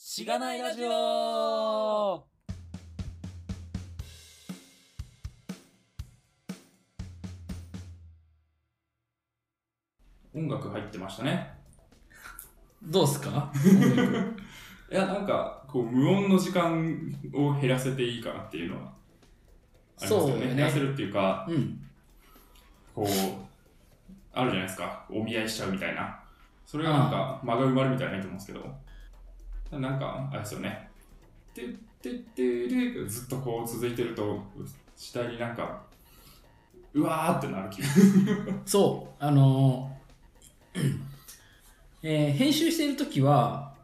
しがないラジオ音楽入ってましたね。どうっすかいや、なんか、こう、無音の時間を減らせていいかなっていうのは、ありますよそうね。ね減らせるっていうか、うん。こう、あるじゃないですか。お見合いしちゃうみたいな。それがなんか、間が埋まるみたいなのいいと思うんですけど、なんか、あれですよね。てってってで、ずっとこう続いてると、次第になんか、うわーってなる気が。そう、あのー えー編集しているときは、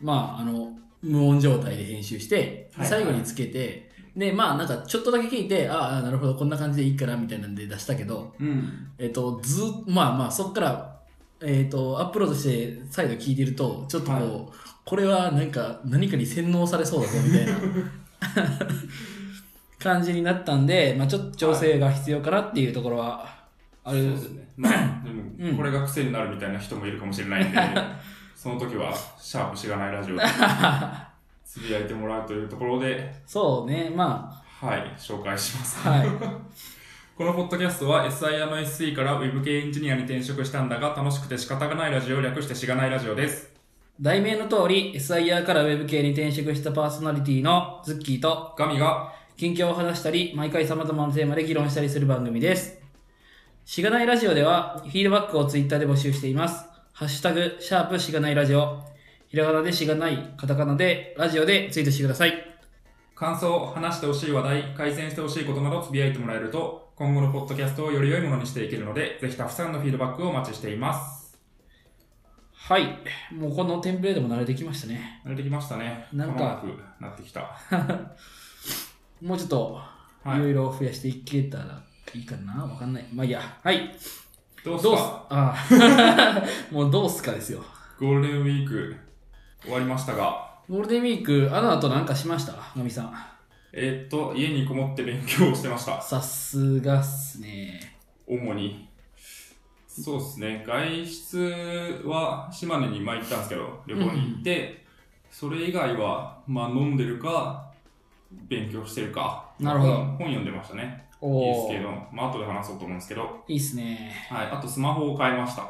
まあ、あの、無音状態で編集して、はい最後につけて、で、まあ、なんか、ちょっとだけ聞いて、ああ、なるほど、こんな感じでいいかな、みたいなんで出したけど、うん。えっ、と、ずっ、まあまあ、そっから、えっ、と、アップロードして、再度聞いてると、ちょっとこう、はこれはなんか、何かに洗脳されそうだぞ、みたいな 感じになったんで、まあ、ちょっと調整が必要かなっていうところは、あそうる、ですね。ま あ、でうも、んこれが癖になるみたいな人もいるかもしれない んで、その時は、シャープしがないラジオでつぶやいてもらうというところで、 そうね、まはい、紹介します。あ、 はい。このポッドキャストは SIR の SE から Web 系エンジニアに転職したんだが楽しくて仕方がないラジオを略してしがないラジオです。題名の通り、SIR から Web 系に転職したパーソナリティのズッキーと、ガミが、近況を話したり、毎回様々なテーマで議論したりする番組です。しがないラジオでは、フィードバックをツイッターで募集しています。ハッシュタグ、シャープしがないラジオ。ひらがなでしがない、カタカナで、ラジオでツイートしてください。感想、話してほしい話題、改善してほしいことなどつぶやいてもらえると、今後のポッドキャストをより良いものにしていけるので、ぜひたくさんのフィードバックをお待ちしています。はい。もうこのテンプレートも慣れてきましたね。慣れてきましたね。なんか細かくなってきた。はもうちょっと、いろい。いろ増やしていけたらいいかなわかんない。まあいいや。はい。どうすどうすかああ。 もうどうすかですよ。ゴールデンウィーク終わりましたが、ゴールデンウィーク、あの後なんかしましたガミさん。えーっと、家にこもって勉強をしてました。さすがっすね。主に。そうですね、外出は島根に前行ったんですけど、旅行に行って、それ以外は、まあ、飲んでるか、勉強してるか、なるほどまあ本本読んでましたね、おいいーですけど、まあ後で話そうと思うんですけど、はい、いいっすね。あとスマホを買いました。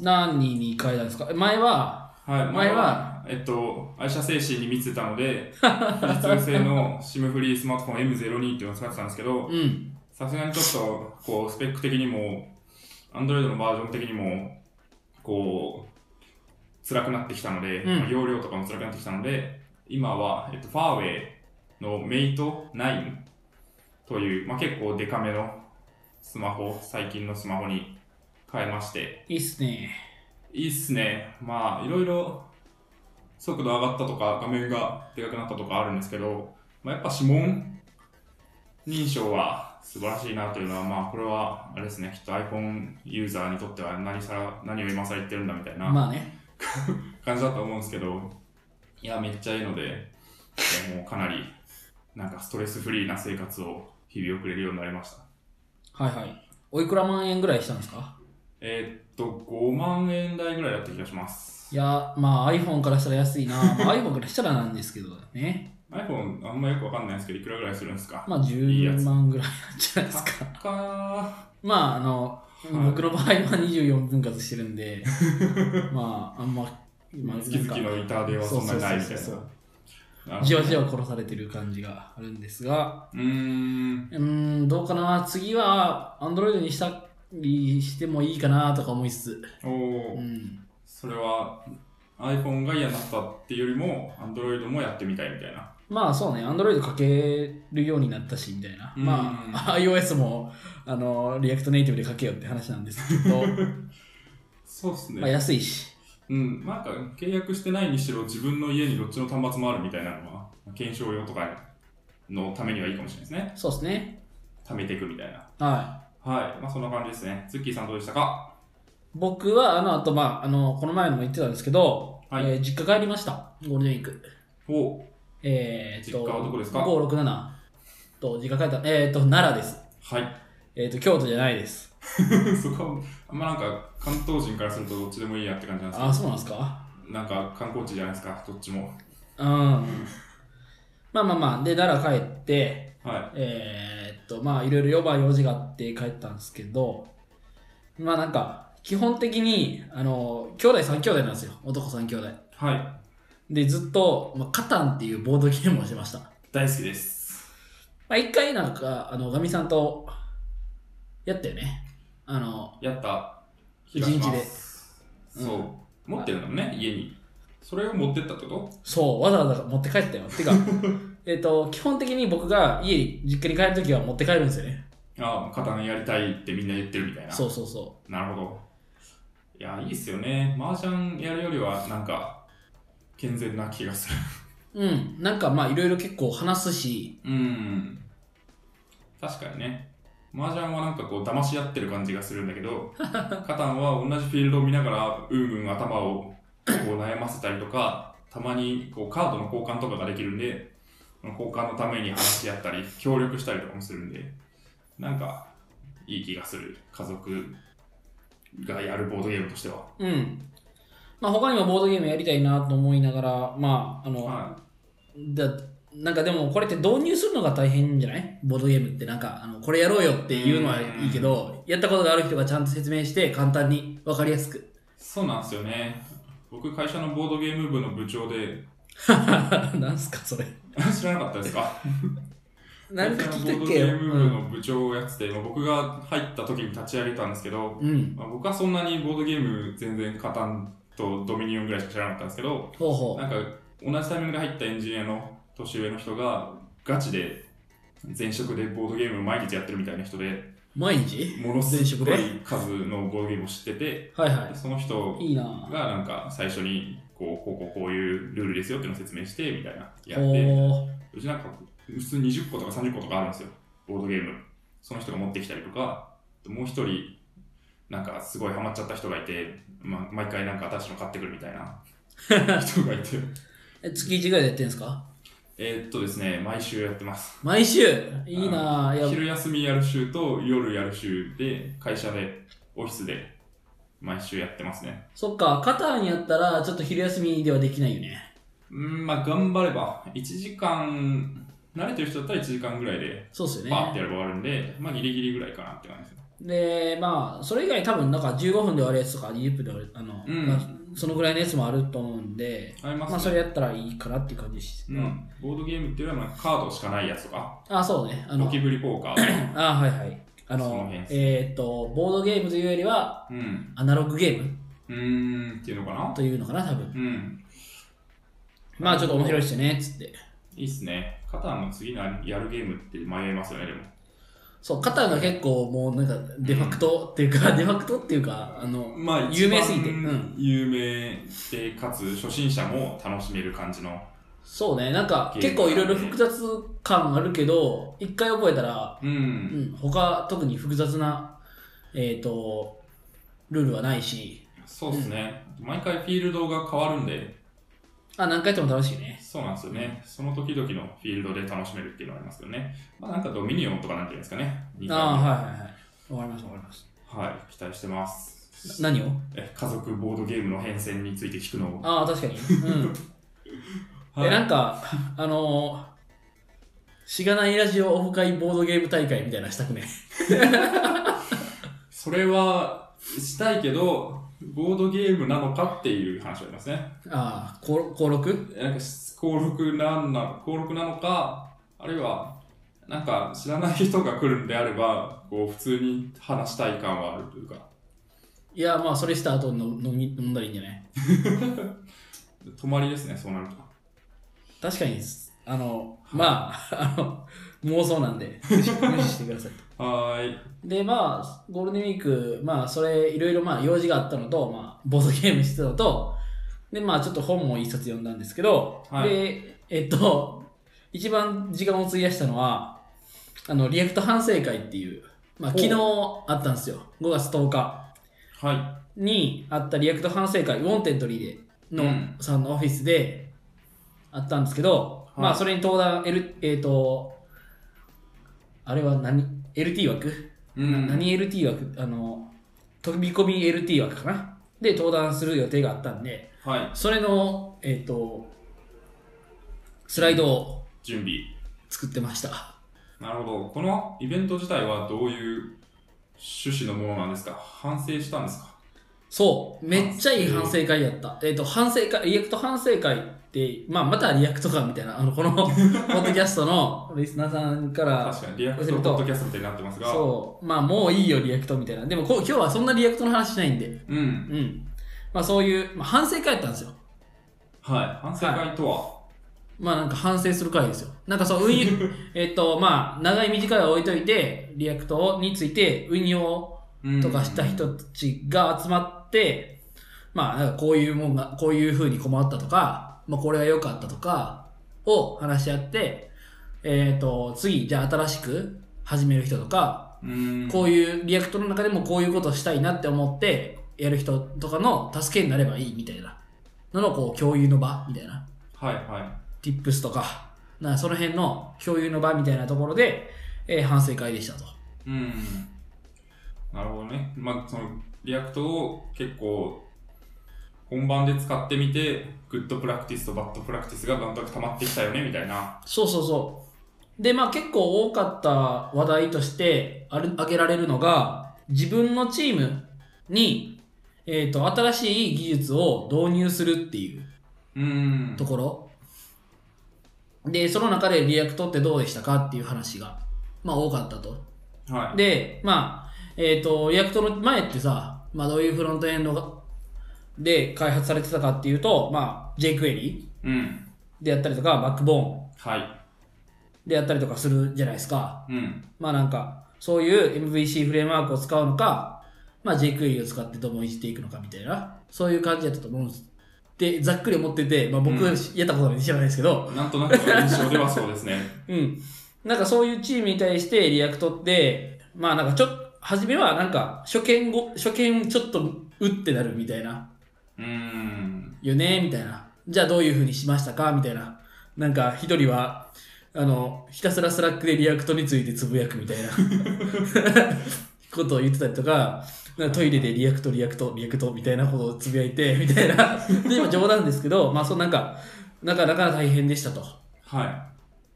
何に変えたんですか前は、はい、前は、えっと、愛車精神に満ちてた ので、実通製の SIM フリースマートフォン M02 っていうのを使ってたんですけど、うん。さすがにちょっと、こう、スペック的にも、アンドロイドのバージョン的にも、こう、辛くなってきたので、うんまあ容量とかも辛くなってきたので、今は、えっと、ファーウェイのメイト9という、まあ、結構デカめのスマホ、最近のスマホに変えまして、いいっすね。いいっすね。まあ、いろいろ、速度上がったとか、画面がでかくなったとかあるんですけど、まあ、やっぱ指紋認証は素晴らしいなというのは、まあ、これは、あれですね、きっと iPhone ユーザーにとっては何さら、何を今更言ってるんだみたいなまあね。感じだと思うんですけど、いや、めっちゃいいので、いやもうかなり、なんかストレスフリーな生活を日々送れるようになりました。はいはい。おいくら万円ぐらいしたんですかえーっと、5万円台ぐらいだった気がします。いや、まあ iPhone からしたら安いな。 まあ iPhone からしたらなんですけどね。 iPhone あんまよくわかんないんですけど、いくらぐらいするんですかまあいいや10つ万ぐらいなんじゃないですか。かまああの、はい僕の場合は24分割してるんで、まああんま、まあなんか月々の痛手はそんなにないみたいそうそうそうそうな。じわじわ殺されてる感じがあるんですが、うーん。うーん、どうかな、次は Android にしたりしてもいいかなとか思いつつ、おうお、ん、それは iPhone が嫌になったっていうよりも、Android もやってみたいみたいな。まあそうね、Android かけるようになったし、みたいな、うんまあ iOS もあのリアクトネイティブでかけようって話なんですけ ど、そうっすね。まあ安いし、うん。なんか契約してないにしろ、自分の家にどっちの端末もあるみたいなのは、検証用とかのためにはいいかもしれないですね。そうですね。貯めていくみたいな。はいはい。まあそんな感じですね。ズッキーさんどうでしたか僕はあの後、まあ、あのこの前も言ってたんですけど、はいえー実家帰りました、ゴールデンウィーク。おえー、っと、実家はどこですか ?567 と実家帰った、えー、っと、奈良です。はい。 えっ、と、京都じゃないです。そこは、あんまなんか関東人からするとどっちでもいいやって感じなんですけどあ、そうなんですかなんか観光地じゃないですか、どっちも。うん。まあまあまあ、で、奈良帰って、はえーっと、まあ、いろいろ呼ば用事があって帰ったんですけど、まあなんか、基本的に、あの、兄弟3兄弟なんですよ。男3兄弟。い。はい。で、ずっと、まあ、カタンっていうボードゲームをしてました。ま大好きです。あ、一回なんか、あの、ガミさんと、やったよね。あの、やった。一日で気がしますうんそう。持ってるのね、家に。それを持ってったってことそう、わざわざ持って帰ったよ。てか、えっと、基本的に僕が家に、実家に帰るときは持って帰るんですよね。ああ、刀やりたいってみんな言ってるみたいな。そうそうそう。なるほど。いや、いいっすよね。麻雀やるよりは、なんか、健全な気がする。うん、なんかまあいろいろ結構話すし、うん。確かにね。麻雀はなんかこう、騙し合ってる感じがするんだけど、カタンは同じフィールドを見ながら、うんうん頭を こう悩ませたりとか、たまにこうカードの交換とかができるんで、交換のために話し合ったり、協力したりとかもするんで、なんか、いい気がする。家族がやるボードゲームとしては。うん。まあ他にもボードゲームやりたいなと思いながら、まあ、あの、はだなんかでもこれって導入するのが大変じゃないボードゲームってなんかあのこれやろうよっていうのはいいけど、やったことがある人がちゃんと説明して簡単に分かりやすく。 い。そうなんですよね。僕、会社のボードゲーム部の部長で、 なんすかそれ。知らなかったですかなんか聞いたっボードけゲよーム部の部長をやってて、まあ僕が入った時に立ち上げたんですけど、うん。まあ、僕はそんなにボードゲーム全然カタンとドミニオンぐらいしか知らなかったんですけど、ほうほなんか同じタイミングで入ったエンジニアの年上の人がガチで前職でボードゲーム毎日やってるみたいな人で、う。毎日ものす前職ごいで数のボードゲームを知ってて、はいではその人い。いいながなんか最初にこうこうこうこういうルールですよっていうのを説明してみたいなやほってう。うちなんか普通20個とか30個とかあるんですよボードゲームその人が持ってきたりとかもう一人なんかすごいハマっちゃった人がいて、まあ、毎回なんか新しいの買ってくるみたいな 人がいてえ月1ぐらいでやってんすかえーっとですね毎週やってます毎週いいなぁ。いや昼休みやる週と夜やる週で会社でオフィスで毎週やってますねそっか、カターンやったら、ちょっと昼休みではできないよね。うんまあ頑張れば1時間慣れてる人だったら1時間ぐらいでそうっすよバーってね。やれば終わるんで、まあギリギリぐらいかなって感じですで、まあ、それ以外多分、なんか15分で終わるやつとか、20分で終わる、あの、うんまあそのぐらいのやつもあると思うんで、ありますねまあ、それやったらいいかなっていう感じですうね。ん、ボードゲームっていうよりはまあカードしかないやつとか、あ、そうね。あゴのキ、ブリポーカーと か、あ、はいはい。あそのの辺で、すえーっと、ボードゲームというよりは、うん、アナログゲームうーんっていうのかな。というのかな、多分。うん、まあ、ちょっと面白いっすよね、つって。いいっすね。カタンの次のやるゲームって迷いますよね、でも。そう、カターンが結構、もう、なんか、デファクトっていうか、デファクトっていうか、あの、ま有名すぎて一番有名で、かつ初心者も楽しめる感じの。そうね、なんかゲー結ム構いろいろ複雑感あるけど、一回覚えたら、う、うんん、他特に複雑な、えっ、と、ルールはないし、そうっすね。毎回フィールドが変わるんで、あ、何回やっても楽しいね。そうなんですよね。その時々のフィールドで楽しめるっていうのがありますよね。まあなんかドミニオンとかなんていうんですかね。二あ回目あ、はいはいはい。わかりますわかります。はい、期待してます。な何をえ家族ボードゲームの変遷について聞くのを。ああ、確かに。 うん。はいえ、なんか、あのーしがないラジオオフ会ボードゲーム大会みたいなのしたくね。それはしたいけど、ボードゲームなのかっていう話がありますね。ああ、こう登録えなんかし登録なんな登録なのか、あるいは、なんか知らない人が来るんであれば、こう普通に話したい感はあるというか、いや、まあ、それした後の飲み飲んだらいいんじゃない泊まりですね、そうなると。確かにです、あの、まあ、 あの、妄想なんで、無視無視してください。はーい。 で、まあ、ゴールデンウィーク、まあ、それ、いろいろ、まあ、用事があったのと、まあ、ボードゲームしてたのと、で、まあ、ちょっと本も一冊読んだんですけど、はいで、えっと、一番時間を費やしたのは、あの、リアクト反省会っていう、まあ、ほう昨日あったんですよ。5月10日はにあったリアクト反省会、ウォンテッドリーでの、うんさんのオフィスであったんですけど、はいまあ、それに登壇、L、えっ、と、あれは何 ?LT 枠い。うん。何 LT 枠あの飛び込み LT 枠かなで登壇する予定があったんで、はい。それの、えっ、と、スライドを準備。作ってました。なるほど。このイベント自体はどういう趣旨のものなんですか反省したんですかそう、めっちゃいい反省会やった。えっ、と、反省会、リアクト反省会って、まあ、またリアクトかみたいな、あの、この、ポッドキャストのリスナーさんから、確かに、リアクトポッドキャストみたいになってますが。そう、まあ、もういいよ、リアクトみたいな。でもこう、今日はそんなリアクトの話しないんで、う。うん。うん。まあ、そういう、まあ、反省会やったんですよ。はい。反省会とは、まあなんか反省する回ですよ。なんかそう、運用、えっと、まあ、長い短いは置いといて、リアクトについて運用うんとかした。人たちが集まって、まあ、なんかこういうもんが、こういう風に困ったとか、まあ、これは良かったとか、を話し合って、えっ、と、次、じゃあ新しく始める人とか、うん。こういうリアクトの中でもこういうことしたいなって思って、やる人とかの助けになればいいみたいなのの、こう、共有の場みたいな。はいは tips とか、なその辺の共有の場みたいなところで、えー反省会でしたと。い。うん。なるほどね。まあ、その、リアクトを結構、本番で使ってみて、グッドプラクティスとバッドプラクティスがなんとなく溜まってきたよね、みたいな。そうそうそう。で、まあ結構多かった話題としてある挙げられるのが、自分のチームに、えっ、と、新しい技術を導入するっていううん。ところ。で、その中でリアクトってどうでしたかっていう話が、まあ多かったと。はい。で、まあ、えっ、と、リアクトの前ってさ、まあ、どういうフロントエンドがで開発されてたかっていうと、まあ、jQuery うん。であったりとか、バックボーンはい。であったりとかするじゃないですか。うん。まあなんか、そういう MVC フレームワークを使うのか、まあ、jQuery を使ってどうもいじっていくのかみたいな、そういう感じだったと思うんです。で、ざっくり思ってて、まあ僕、うんやったことなんで知らないですけど、なんとなくの印象ではそうですね。うん。なんかそういうチームに対してリアクトって、まあなんかちょっと、初めはなんか初見ご、初見ちょっとうってなるみたいな、うーん。よねみたいな。じゃあどういう風にしましたかみたいな。なんか一人は、あの、ひたすらスラックでリアクトについてつぶやくみたいな ことを言ってたりとか、なんかトイレでリアクト、リアクト、リアクトみたいなことをつぶやいて、みたいな。で、今冗談ですけど、まあそうなんか、なかなか大変でしたと。は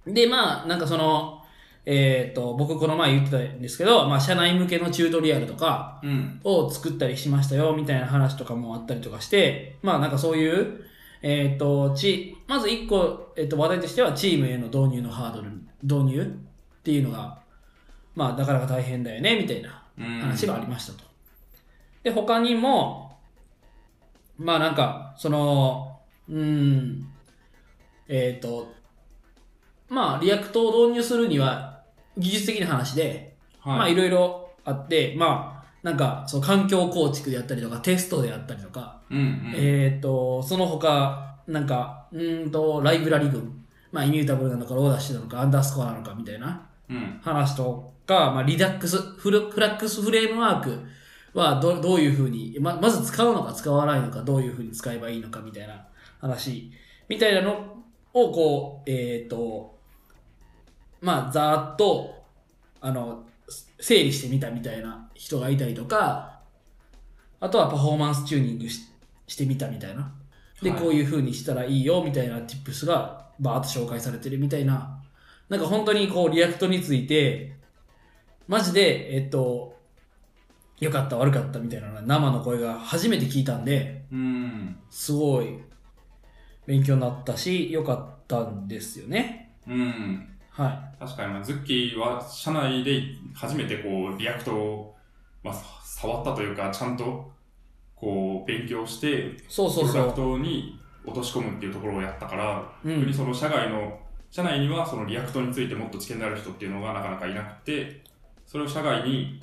で、まあ、なんかその、えっ、と、僕この前言ってたんですけど、まあ、社内向けのチュートリアルとかい。うん。を作ったりしましたよ、みたいな話とかもあったりとかして、まあ、なんかそういう、えっ、と、チまず一個、えっ、と、話題としては、チームへの導入のハードル、導入っていうのが、まあ、なかなか大変だよね、みたいなうん話がありましたと。で、他にも、まあなんか、その、うん、えっ、と、まあ、リアクトを導入するには、技術的な話で、まあはいい。ろいろあって、まあ、なんか、その環境構築であったりとか、テストであったりとか、うんうん。えっ、と、その他、なんか、うーんと、ライブラリ群、まあ、イミュータブルなのか、ローダッシュなのか、アンダースコアなのか、みたいな、うん。話とか、まあ、リダックスフル、フラックスフレームワークはどどういうふうにま、まず使うのか使わないのか、どういうふうに使えばいいのかみたいな話、みたいなのをこう、えっ、と、まあ、ざーっと、あの、整理してみたみたいな人がいたりとか、あとはパフォーマンスチューニングししてみたみたいな。で、はいこういうふうにしたらいいよみたいな tips がバーッと紹介されてるみたいななんか本当にこうリアクトについて、マジで、えっと、良かった悪かったみたいな生の声が初めて聞いたんで、うん。すごい勉強になったし、良かったんですよね。うん。は確かに、まあズッキーは社内で初めてこう、リアクトを、まあ、さ触ったというか、ちゃんと、こう、勉強してい。、そうそうプそロダクう。トに落とし込むっていうところをやったから、う特にん、その社外の、社内にはそのリアクトについてもっと知見のある人っていうのがなかなかいなくて、それを社外に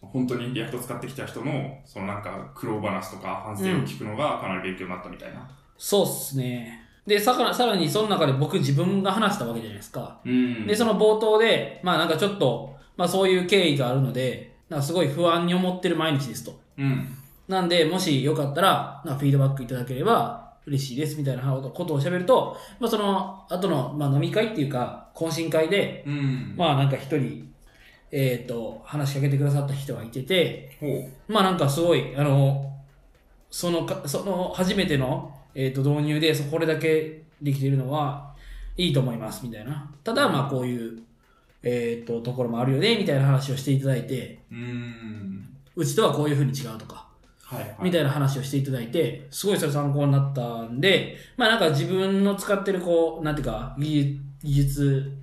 本当にリアクト使ってきた人の、そのなんか苦労話とか反省を聞くのがかなり勉強になったみたいな。そうっすね。で、さかさらにその中で僕自分が話したわけじゃないですか。うん。で、その冒頭で、まあなんかちょっと、まあそういう経緯があるので、なんかすごい不安に思ってる毎日ですと。うん。なんなんで、もしよかったら、なんかフィードバックいただければ嬉しいですみたいなことを喋ると、まあ、その後の、まあ、飲み会っていうか、懇親会で、うん。まあなんか一人、えっ、と、話しかけてくださった人がいてて、ほう。まあなんかすごい、あの、そのか、その初めての、えー、と導入で、そこれだけできているのは、いいと思います、みたいな。ただ、まあ、こういう、えっ、と、ところもあるよね、みたいな話をしていただいて、うーん。うちとはこういうふうに違うとか、はい、はい。みたいな話をしていただいて、すごいそれ参考になったんで、まあ、なんか自分の使ってる、こう、なんていうか、技技術、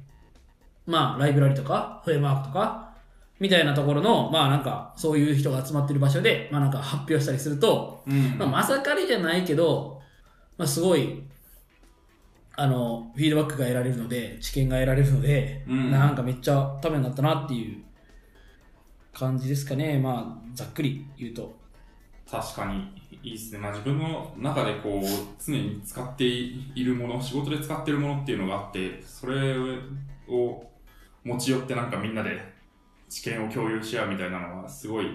まあ、ライブラリとか、フレームワークとか、みたいなところの、まあ、なんか、そういう人が集まってる場所で、まあ、なんか発表したりすると、うん。まあ、まさかりじゃないけど、まあ、すごい、あの、フィードバックが得られるので、知見が得られるので、うんなんかめっちゃためになったなっていう感じですかね。まあ、ざっくり言うと。確かにいいですね、まあ、自分の中でこう常に使っているもの仕事で使っているものっていうのがあってそれを持ち寄ってなんかみんなで知見を共有し合うみたいなのはすごい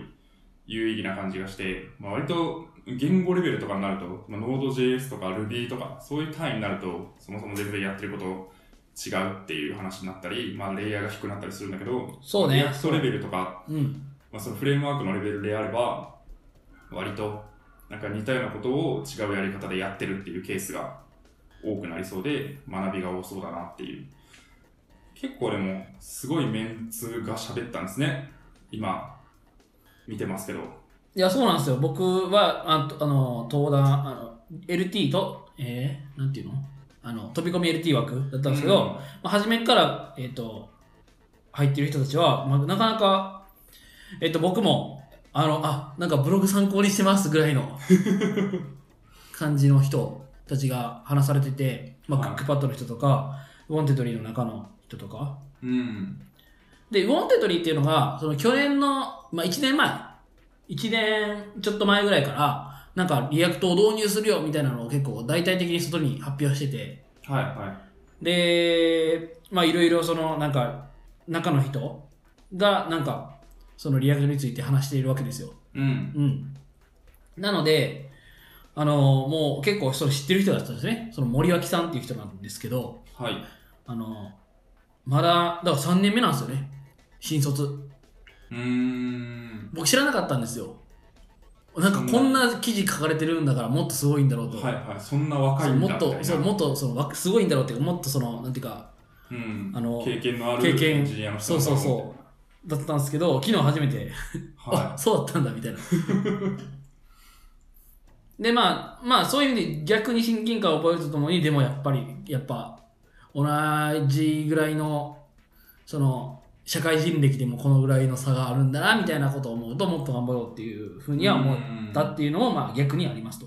有意義な感じがして、まあ、割と言語レベルとかになると、まあ、Node.js とか Ruby とかそういう単位になるとそもそも全然やってること違うっていう話になったり、まあ、レイヤーが低くなったりするんだけどそうねリアクトレベルとかうん。まあ、そのフレームワークのレベルであれば、割となんか似たようなことを違うやり方でやってるっていうケースが多くなりそうで、学びが多そうだなっていう。結構でも、すごいメンツが喋ったんですね。今、見てますけど。いや、そうなんですよ。僕は、ああの、登壇、あの、LT と、えー、なんていうのあの、飛び込み LT 枠だったんですけど、まあ、初めから、えっと入ってる人たちは、まあ、なかなか、えっと僕もあのあなんかブログ参考にしてますぐらいの感じの人たちが話されてて、まあ、はいクックパッドの人とかウォンテッドリーの中の人とかうん、うん。でウォンテッドリーっていうのがその去年の、まあ、1年前1年ちょっと前ぐらいからなんかリアクトを導入するよみたいなのを結構大々的に外に発表しててはいはで、まあいろいろそのなんか中の人がなんかそのリアクトについて話しているわけですよ。い。うん。うん。なので、あのもう結構それ知ってる人だったんですね。その森脇さんっていう人なんですけど、はい。あのまだ、だから3年目なんですよね。新卒。うーん。僕知らなかったんですよ。なんかこんな記事書かれてるんだからもっとすごいんだろうと。はいはい。そんな若そいうみもたっいな。と、そうもっとそのわすごいんだろうっていうか、もっとその、なんていうか、うん、あの経験のある経験エンジニアの人そうそうそだったんですけど、昨日初めて、う。はあそうだったんだみたいな。で、まあ、まあ、そういう意味で逆に親近感を覚えるとともに、でもやっぱり、やっぱ、同じぐらいの、その、社会人歴でもこのぐらいの差があるんだな、みたいなことを思うと、もっと頑張ろうっていうふうい。には思うっんたっていうのも、まあ逆にありますと。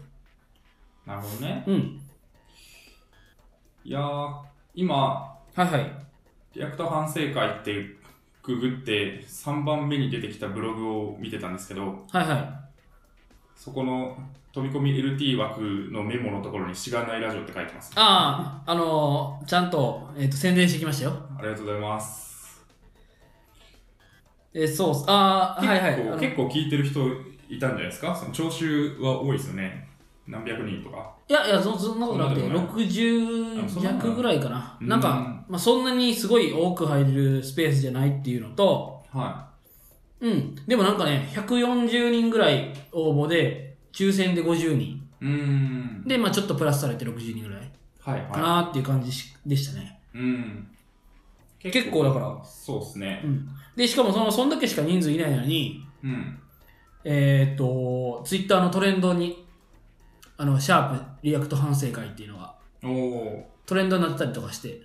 なるほどね。うん。いやー、今、はいはい。リアクト反省会ってググって3番目に出てきたブログを見てたんですけど、はいはそこの飛び込み LT 枠のメモのところにしがないラジオって書いてます。い。ああ、あのーちゃんと、えっ、と、宣伝してきましたよ。ありがとうございます。えそうっす。ああ、結は構いはい。あの結構聞いてる人いたんじゃないですかその聴衆は多いですよね。何百人とか。いやいや、そそんなことなくて、そんなことあそ60んなもん弱ぐらいかな。うんなんか、まあ、そんなにすごい多く入れるスペースじゃないっていうのと、はうん、でもなんかね、140人ぐらい応募で、抽選で50人。い。うーん。で、まあちょっとプラスされて60人ぐらいはいかはなっていう感じしでしたね。い。うん。結構だから。そうですねう。ん。で、しかもその、そんだけしか人数いないのに、うん。えっ、と、ツイッターのトレンドに、あの、シャープリアクト反省会っていうのがおー。トレンドになってたりとかして、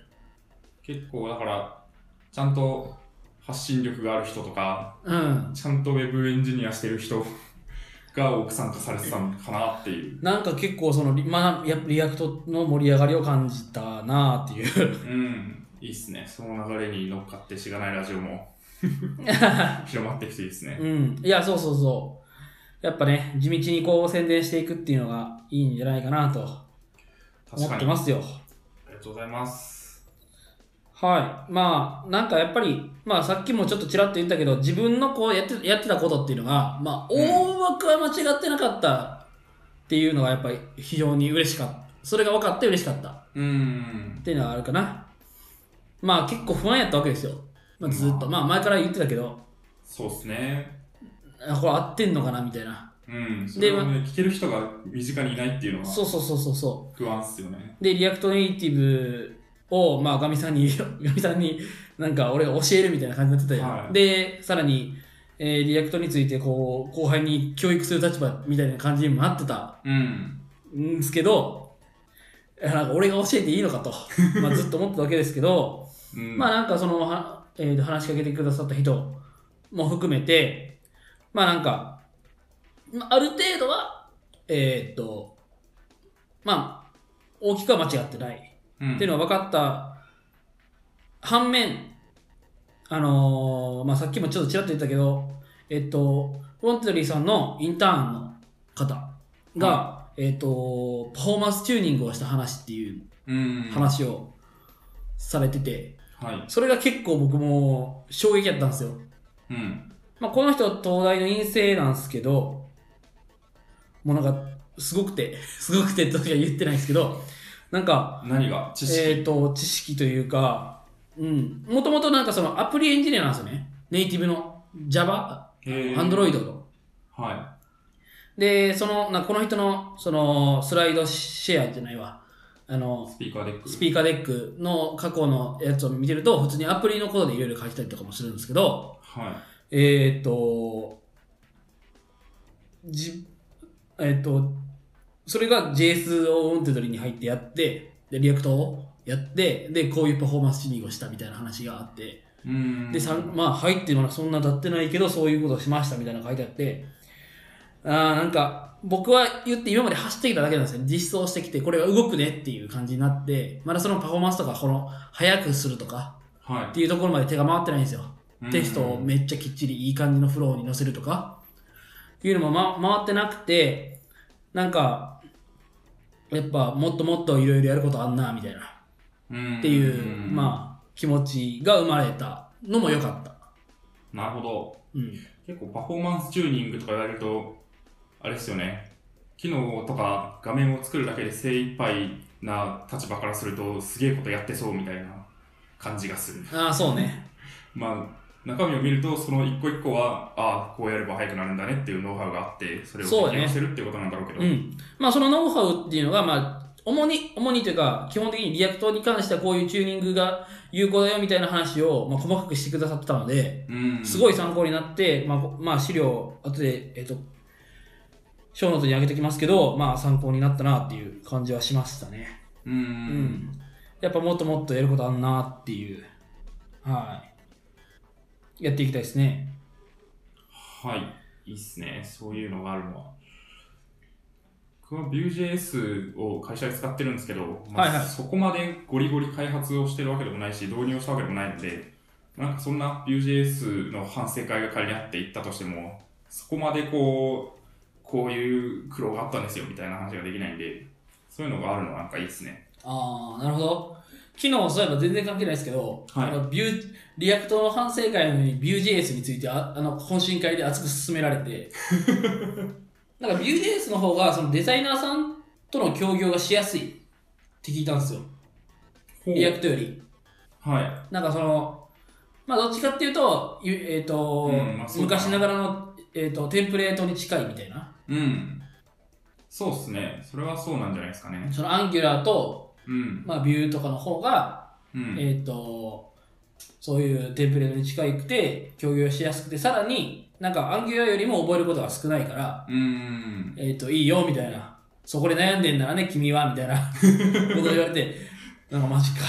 結構だから、ちゃんと発信力がある人とか、うん。ちゃんとウェブエンジニアしてる人 が多く参加されてたのかなっていう。なんか結構そのリ,、まあ、やリアクトの盛り上がりを感じたなあっていううん、いいっすね。その流れに乗っかってしがないラジオも 広まってきていいっすね。 うんいやそうそうそうやっぱね地道にこう宣伝していくっていうのがいいんじゃないかなと思確っかてに。あますよりがとうございます。はいまあなんかやっぱりまあさっきもちょっとちらっと言ったけど自分のこうやってやってたことっていうのがまあうん大枠は間違ってなかったっていうのがやっぱり非常に嬉しかったそれが分かって嬉しかったうんっ。ていうのはあるかな。まあ結構不安やったわけですよ。まあ、ずっと。まあ前から言ってたけど、そうっすね。あこれ合ってんのかなみたいな。うん。それをね、聞ける人が身近にいないっていうのそはうそうそうそうそう。不安っすよね。で、リアクトネイティブを、まあ、ガミさんに、 ガミさんに、なんか俺が教えるみたいな感じになってたよ、はいで、さらに、えーリアクトについて、こう、後輩に教育する立場みたいな感じにもなってたうん。んですけど、なんか俺が教えていいのか と、まあ、ずっと思ってたわけですけど、うん。まあ、なんかその、はえーと話しかけてくださった人も含めて、まあ、なんか、まあある程度は、えーっと、まあ、大きくは間違ってない。うん、っていうのは分かった反面、あのーまあ、さっきもちょっとちらっと言ったけど、えっと、ウォンテリーさんのインターンの方が、えっと、パフォーマンスチューニングをした話っていううん。。話をされてて、はい。それが結構僕も衝撃やったんですよ。うん。まあ、この人は東大の院生なんですけど、もうなんか、すごくて、 すごくてとしか言ってないんですけど、なんか、何が知識、えー、と知識というか、うん、もともとなんかそのアプリエンジニアなんですよね。ネイティブの Java、え Android の。はで、その、なこの人の、その、スライドシェアじゃないわ。あい。の、スピーカーデック。スピーカーデックの過去のやつを見てると、普通にアプリのことでいろいろ書いてたりとかもするんですけど、はえっ、と、じ、えっ、と、それが JS をオンテドリに入ってやって、で、リアクトをやって、で、こういうパフォーマンスチューニングをしたみたいな話があって、い。うん。で、さんまあ、入ってまだそんな経ってないけど、そういうことをしましたみたいなの書いてあって、あーなんか、僕は言って今まで走ってきただけなんですよ。実装してきて、これが動くねっていう感じになって、まだそのパフォーマンスとか、この、早くするとかはっていうところまで手が回ってないんですよ。い。テストをうんめっちゃきっちりいい感じのフローに乗せるとかいうのも、ま、回ってなくてなんかやっぱもっともっといろいろやることあんなみたいなうんっていう、まあ気持ちが生まれたのも良かった、あ。なるほど。うん、結構パフォーマンスチューニングとかやると、あれですよね、機能とか画面を作るだけで精一杯な立場からすると、すげえことやってそうみたいな感じがする。ああそうねまあ、中身を見ると、その一個一個は、ああ、こうやれば速くなるんだねっていうノウハウがあって、それをそう実ね現してるってことなんだろうけど。うんまあそのノウハウっていうのがまあ主に主にというか基本的にリアクトに関してはこういうチューニングが有効だよみたいな話を、まあ、細かくしてくださってたので、うんすごい。い参考になって、まあ、こまあ、資料、後で、えっ、と、ショーノートに上げておきますけど、まあ、参考になったなっていう感じはしましたね。う。。うんやっぱもっともっとやることあんなっていう、はい。やっていきたいですね。はい。いいっすね。そういうのがあるのは。僕は Vue.js を会社で使ってるんですけど、まあはいはいそこまでゴリゴリ開発をしてるわけでもないし、導入をしたわけでもないので、なんかそんな Vue.js の反省会が仮にあって行ったとしても、そこまでこう、こういう苦労があったんですよみたいな話ができないんで、そういうのがあるのはなんかいいですね。ああ、なるほど。昨日、そういえば全然関係ないですけど、はあいのビューリアクトの反省会なのに Vue.js についてああの懇親会で熱く勧められ て、なんか Vue.js の方がそのデザイナーさんとの協業がしやすいって聞いたんですよ。リアクトより。はなんかその、まあどっちかっていうと、ゆえっ、と、うんまあそうだな昔ながらの、えー、とテンプレートに近いみたいな。い。うん。そうっすね。それはそうなんじゃないですかね。その Angular と、うん。まあ、Vue とかの方が、うん。えっ、と、そういうテンプレートに近くて、共有しやすくて、さらに、なんか、アンギュラーよりも覚えることが少ないから、うん。えっ、と、いいよ、みたいな。そこで悩んでんならね、君は、みたい なこと言われて、なんか、マジか。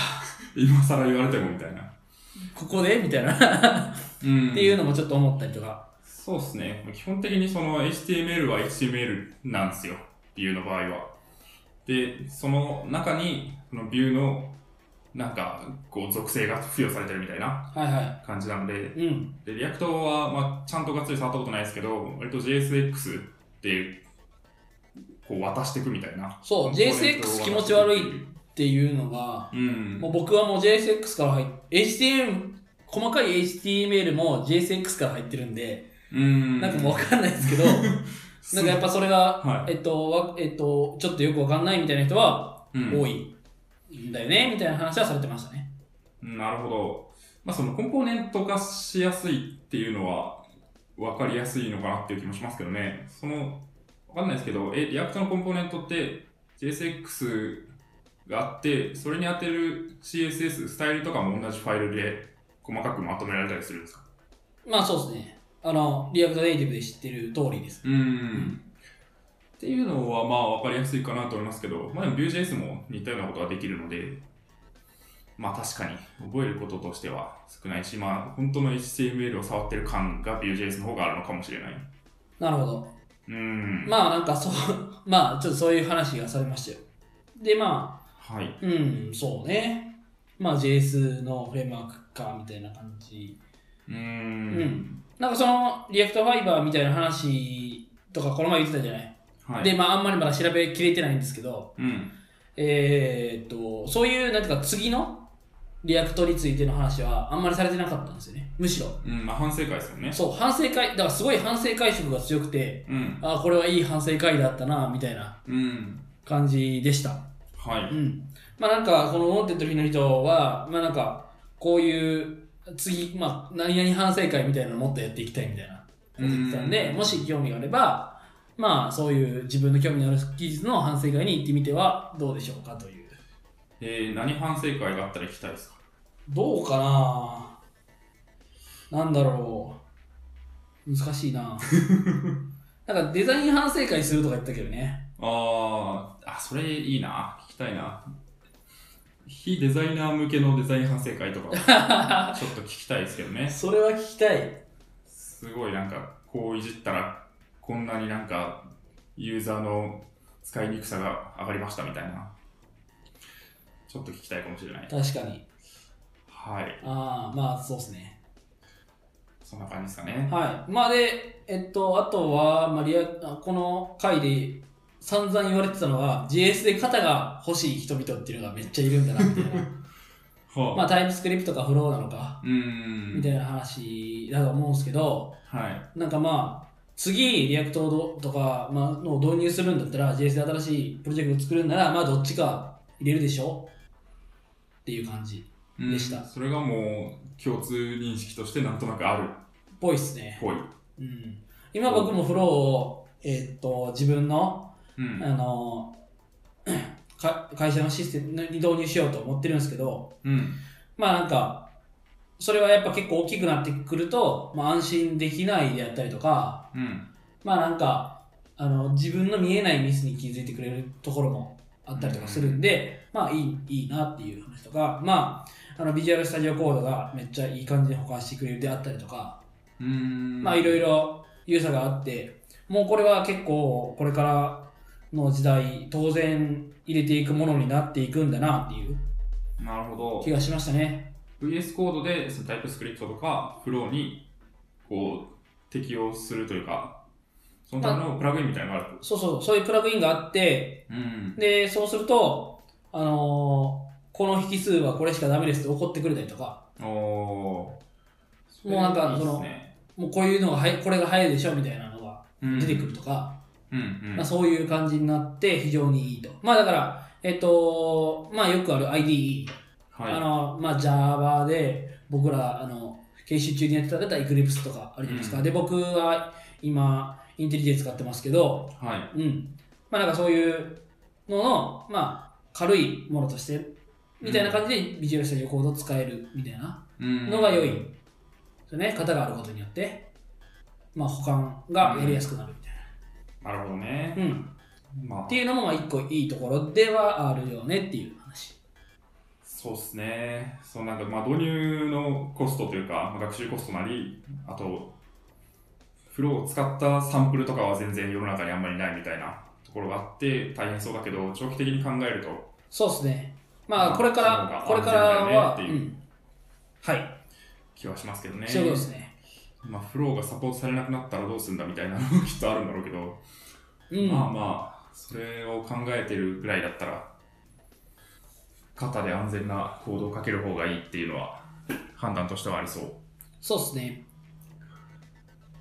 今更言われてもみたいな。ここでみたいな。うんっていうのもちょっと思ったりとか。そうですね。基本的にその HTML は HTML なんですよ。ビューの場合は。で、その中に、そのビューの、なんか、こう、属性が付与されてるみたいなはいは感じなので、い。うん。で、リアクトは、まあ、ちゃんとがっつり触ったことないですけど、割と JSX って、こう、渡していくみたいな。そう、JSX 気持ち悪いっ。ていうのが、うん。もう僕はもう JSX から入っ HTML、細かい HTML も JSX から入ってるんで、うん。なんかもうわかんない ですけど、なんかやっぱそれが、はえいっと、わえっと、ちょっとよくわかんないみたいな人はうん多いんだよね、みたいな話はされてましたね。なるほど。まあ、そのコンポーネント化しやすいっていうのは分かりやすいのかなっていう気もしますけどね。そのかんないですけど、え、リアクトのコンポーネントって、JSX があって、それに当てる CSS、スタイルとかも同じファイルで細かくまとめられたりするんですかまあそうですね。あの、リアクトネイティブで知ってる通りです。うーん。っていうのは、まあ、わかりやすいかなと思いますけど、まあ、でも Vue.js も似たようなことができるので、まあ、確かに、覚えることとしては少ないし、まあ、本当の HTML を触ってる感が Vue.js の方があるのかもしれない。なるほど。うーん。まあなんかそう、 まあちょっとそういう話がされましたよ。で、まあ、はい。うん、そうね。まあ JS のフレームワークか、みたいな感じうー。うんなんかそのリアクトファイバーみたいな話とかこの前言ってたじゃない、はい。で、まああんまりまだ調べきれてないんですけど、うん。えー、っと、そういう、なんていうか次のリアクトについての話はあんまりされてなかったんですよね。むしろ。うん、まあ、反省会ですよね。そう、反省会、だからすごい反省会色が強くて、うん。ああ、これはいい反省会だったな、みたいなうん。感じでした。はうい。ん。まあなんか、このモンテッドリーの人は、まあなんか、こういう、次、まあ、何々反省会みたいなのもっとやっていきたいみたいなこと言ってたんで、うんもし興味があれば、まあそういう自分の興味のある技術の反省会に行ってみてはどうでしょうかという。えー、何反省会があったら聞きたいですかどうかななんだろう。難しいな なんかデザイン反省会するとか言ったけどね。あーあ、それいいな。聞きたいな。非デザイナー向けのデザイン反省会と か、ちょっと聞きたいですけどね。それは聞きたい。すごいなんか、こういじったら、こんなになんか、ユーザーの使いにくさが上がりましたみたいな。ちょっと聞きたいかもしれない。確かに。はい。ああ、まあそうですね。そんな感じですかね。はい。まあで、えっと、あとは、まあ、リアあこの回で散々言われてたのは、JS で型が欲しい人々っていうのがめっちゃいるんだな、みたいな。はあ、まあ、タイプスクリプトかフローなのか、うーん。みたいな話だと思うんですけど、はい。なんかまあ、次、リアクトとか、まあ、のを導入するんだったら、JS で新しいプロジェクトを作るんなら、まあ、どっちか入れるでしょっていう感じ。うんでしたそれがもう、共通認識としてなんとなくあるっぽいっすね。ぽい。うん。今僕もフローを、えっと、自分のうん。あの か会社のシステムに導入しようと思ってるんですけど、うん。まあなんか、それはやっぱ結構大きくなってくると、まあ、安心できないであったりとか、うん。まあなんかあの、自分の見えないミスに気づいてくれるところもあったりとかするんで、まあいいいいなっていう話とか、まあ、あのビジュアルスタジオコードがめっちゃいい感じで保管してくれるであったりとか、うーん。まあいろいろ良さがあって、もうこれは結構これからの時代、当然入れていくものになっていくんだなっていうなるほ気がしましたね。ど。VS コードでそのタイプスクリプトとかフローにこう適用するというか、そのためのプラグインみたいなのがあると。そうそう、そういうプラグインがあって、うん。で、そうすると、あのーこの引数はこれしかダメですって怒ってくれたりとか、おー。もうなんかいいっすそのねもうこういうのがはい、これが早いでしょみたいなのが出てくるとか、うん。うん、うん。まあ、そういう感じになって非常にいいと。まあだから、えっと、まあよくある IDE はい。あの、まあ、Java で、僕ら、あの、研修中にやってた方は Eclipse とかあるじゃないですか。うんで、僕は今、インテリジェ使ってますけど、はい。うん。まあ、なんかそういうのの、まあ、軽いものとして、みたいな感じで、ビジュアルスタジオコードを使えるみたいなうん。のが良い。ですね。型があることによって、まあ、保管がやりやすくなるみたいなるほどね。な。うん。まあって、いうのも、まあ、一個いいところではあるよねっていう話。そうですね。そのなんか、まあ、導入のコストというか、まあ学習コストなり、あと、フローを使ったサンプルとかは全然世の中にあんまりないみたいなところがあって、大変そうだけど、長期的に考えると、そうですね。ままあ、あこれかその方ら、がこれからは、安う全だよねん、はい、気はしますけどね。そういうことですね。まあ、フローがサポートされなくなったらどうするんだみたいなのもきっとあるんだろうけど、うん、まあまあ、それを考えてるぐらいだったら、肩で安全な行動をかける方がいいっていうのは、判断としてはありそう。そうですね。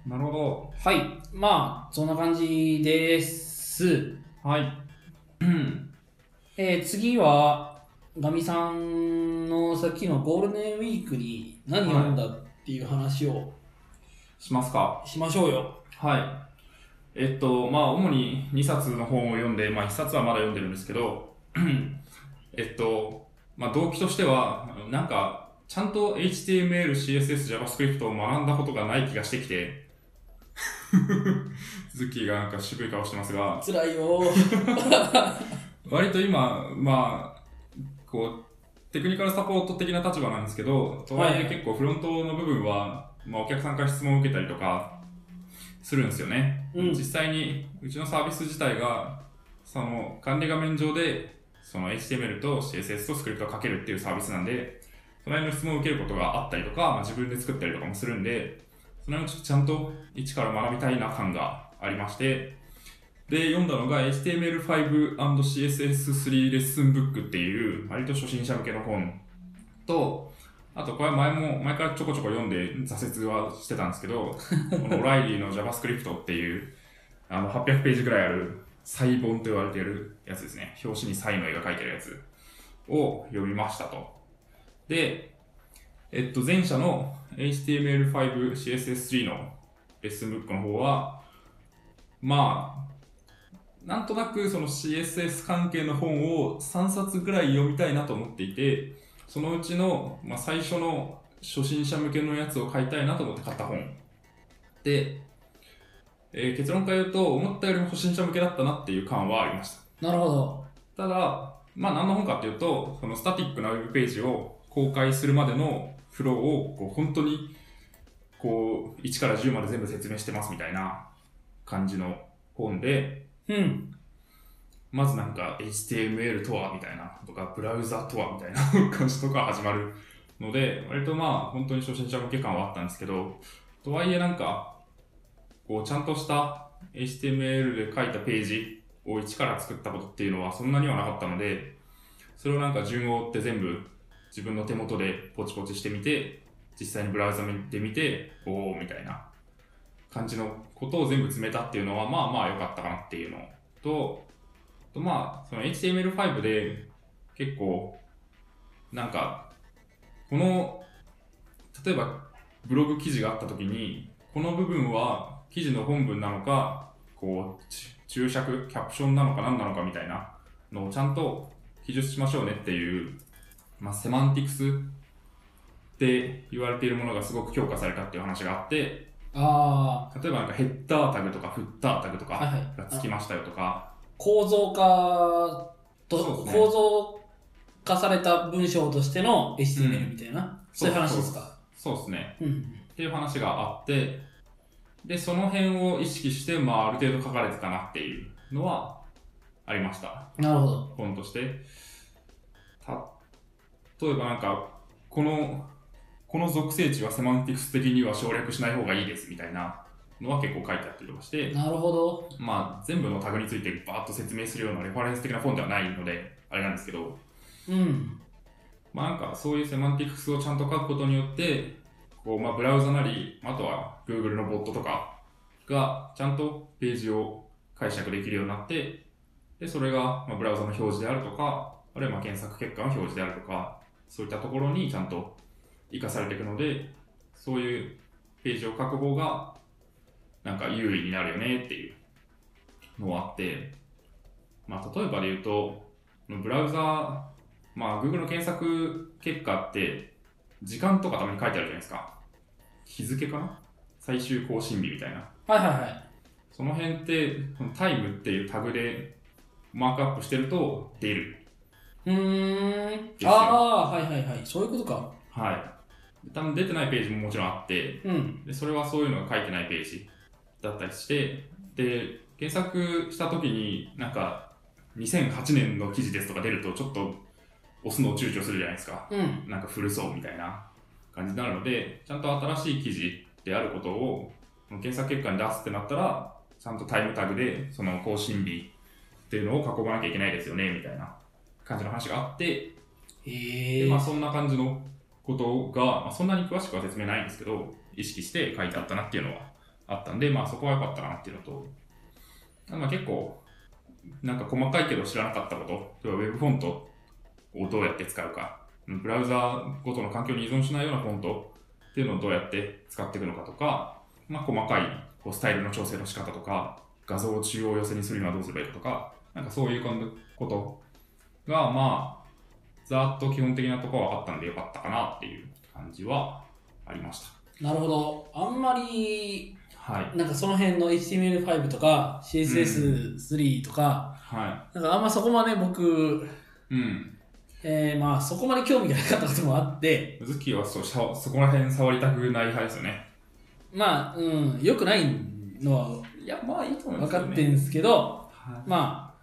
なるほはい、まあ、そんな感じです。ど。はい。うんえー次は、ガミさんのさっきのゴールデンウィークに何読んだっていう話をしますか。 しましょうよ。はい。えっと、まあ、主に2冊の本を読んで、まあ、1冊はまだ読んでるんですけど、 えっと、まあ、動機としては、あのなんか、ちゃんと HTML、CSS、JavaScript を学んだことがない気がしてきて、 ズッキーがなんか渋い顔してますが、辛いよー。割と今、まあ、こう、テクニカルサポート的な立場なんですけど、とはいえはい結構フロントの部分は、まあ、お客さんから質問を受けたりとかするんですよね。うん実際に、うちのサービス自体が、その管理画面上で、その HTML と CSS とスクリプトをかけるっていうサービスなんで、その辺の質問を受けることがあったりとか、まあ、自分で作ったりとかもするんで、その辺をちょっとちゃんと一から学びたいな感がありまして、で、読んだのが HTML5&CSS3 レッスンブックっていう、割と初心者向けの本と、あとこれは前も、前からちょこちょこ読んで挫折はしてたんですけど、 このライリーの JavaScript っていう、あの800ページぐらいある、サイ本と言われているやつですね。表紙にサイの絵が描いてるやつを読みましたと。で、えっと、前者の HTML5、CSS3 のレッスンブックの方は、まあ、なんとなくその CSS 関係の本を3冊ぐらい読みたいなと思っていて、そのうちの、まあ、最初の初心者向けのやつを買いたいなと思って買った本。で、えー結論から言うと、思ったよりも初心者向けだったなっていう感はありました。なるほど。ただ、まあ何の本かっていうと、そのスタティックなウェブページを公開するまでのフローを、こう本当に、こう、1から10まで全部説明してますみたいな感じの本で、うん。まずなんか HTML とはみたいなとか、ブラウザとはみたいな 感じとか始まるので、割とまあ本当に初心者向け感はあったんですけど、とはいえなんか、こうちゃんとした HTML で書いたページを一から作ったことっていうのはそんなにはなかったので、それをなんか順を追って全部自分の手元でポチポチしてみて、実際にブラウザで見て、おーみたいな感じのことを全部詰めたっていうのは、まあまあ良かったかなっていうのと、とまあ、その HTML5 で結構、なんか、この、例えばブログ記事があった時に、この部分は記事の本文なのか、こう、ち注釈、キャプションなのか何なのかみたいなのをちゃんと記述しましょうねっていう、まあ、セマンティクスって言われているものがすごく強化されたっていう話があって、あ例えばなんかヘッダータグとかフッタータグとあ、はいかはい。がつきましたよとか、構造化そうと、ですね構造化された文章としての HTML みたいな、そういう話ですか。そうですね。うん。っていう話があって、で、その辺を意識して、まあ、ある程度書かれてたなっていうのはありました。なるほど。本として。た、例えばなんか、この、この属性値はセマンティクス的には省略しない方がいいですみたいなのは結構書いてあったりとかして、なるほど。まあ、全部のタグについてバーッと説明するようなレファレンス的な本ではないので、あれなんですけど、うん。まあ、なんかそういうセマンティクスをちゃんと書くことによって、こうまあ、ブラウザなり、あとは Google のボットとかがちゃんとページを解釈できるようになって、でそれがまあブラウザの表示であるとか、あるいはまあ検索結果の表示であるとか、そういったところにちゃんと活かされていくので、そういうページを書く方がなんか優位になるよねっていうのはあって、まあ、例えばで言うと、ブラウザまあ、Google の検索結果って、時間とかたまに書いてあるじゃないですか。日付かな最終更新日みたいな。はいはいはい。その辺って、そのタイムっていうタグでマークアップしてると出る。うーん。すよああー、はいはいはい。そういうことか。はい。多分出てないページももちろんあって、うん。でそれはそういうのが書いてないページだったりして、で、検索した時に、なんか、2008年の記事ですとか出ると、ちょっと押すのを躊躇するじゃないですか。うん。なんか古そうみたいな感じになるので、ちゃんと新しい記事であることを、検索結果に出すってなったら、ちゃんとタイムタグで、その更新日っていうのを囲まなきゃいけないですよね、みたいな感じの話があって、へでえ。まあ、そんな感じのことが、まあ、そんなに詳しくは説明ないんですけど、意識して書いてあったなっていうのはあったんで、まあ、そこは良かったかなっていうのと、まあ、結構、なんか細かいけど知らなかったこと、例えばウェブフォントをどうやって使うか、ブラウザごとの環境に依存しないようなフォントっていうのをどうやって使っていくのかとか、まあ、細かいこうスタイルの調整の仕方とか、画像を中央寄せにするにはどうすればいいかとか、なんかそういうことが、まあ、ざーっと基本的なところは分かったんでよかったかなっていう感じはありましなるほど。あんまり、た。はい。なんかその辺の HTML5 とか CSS3 とか、はなんかあんまそこまで僕、い。うん。えー、まあそこまで興味がなかったこともあって、ズッキーはそうしゃそこら辺触りたくない派ですよね。まあ、うん、良くないのはいや、まあいいと思いま分すよ、かね。ってるんですけど、はまあ、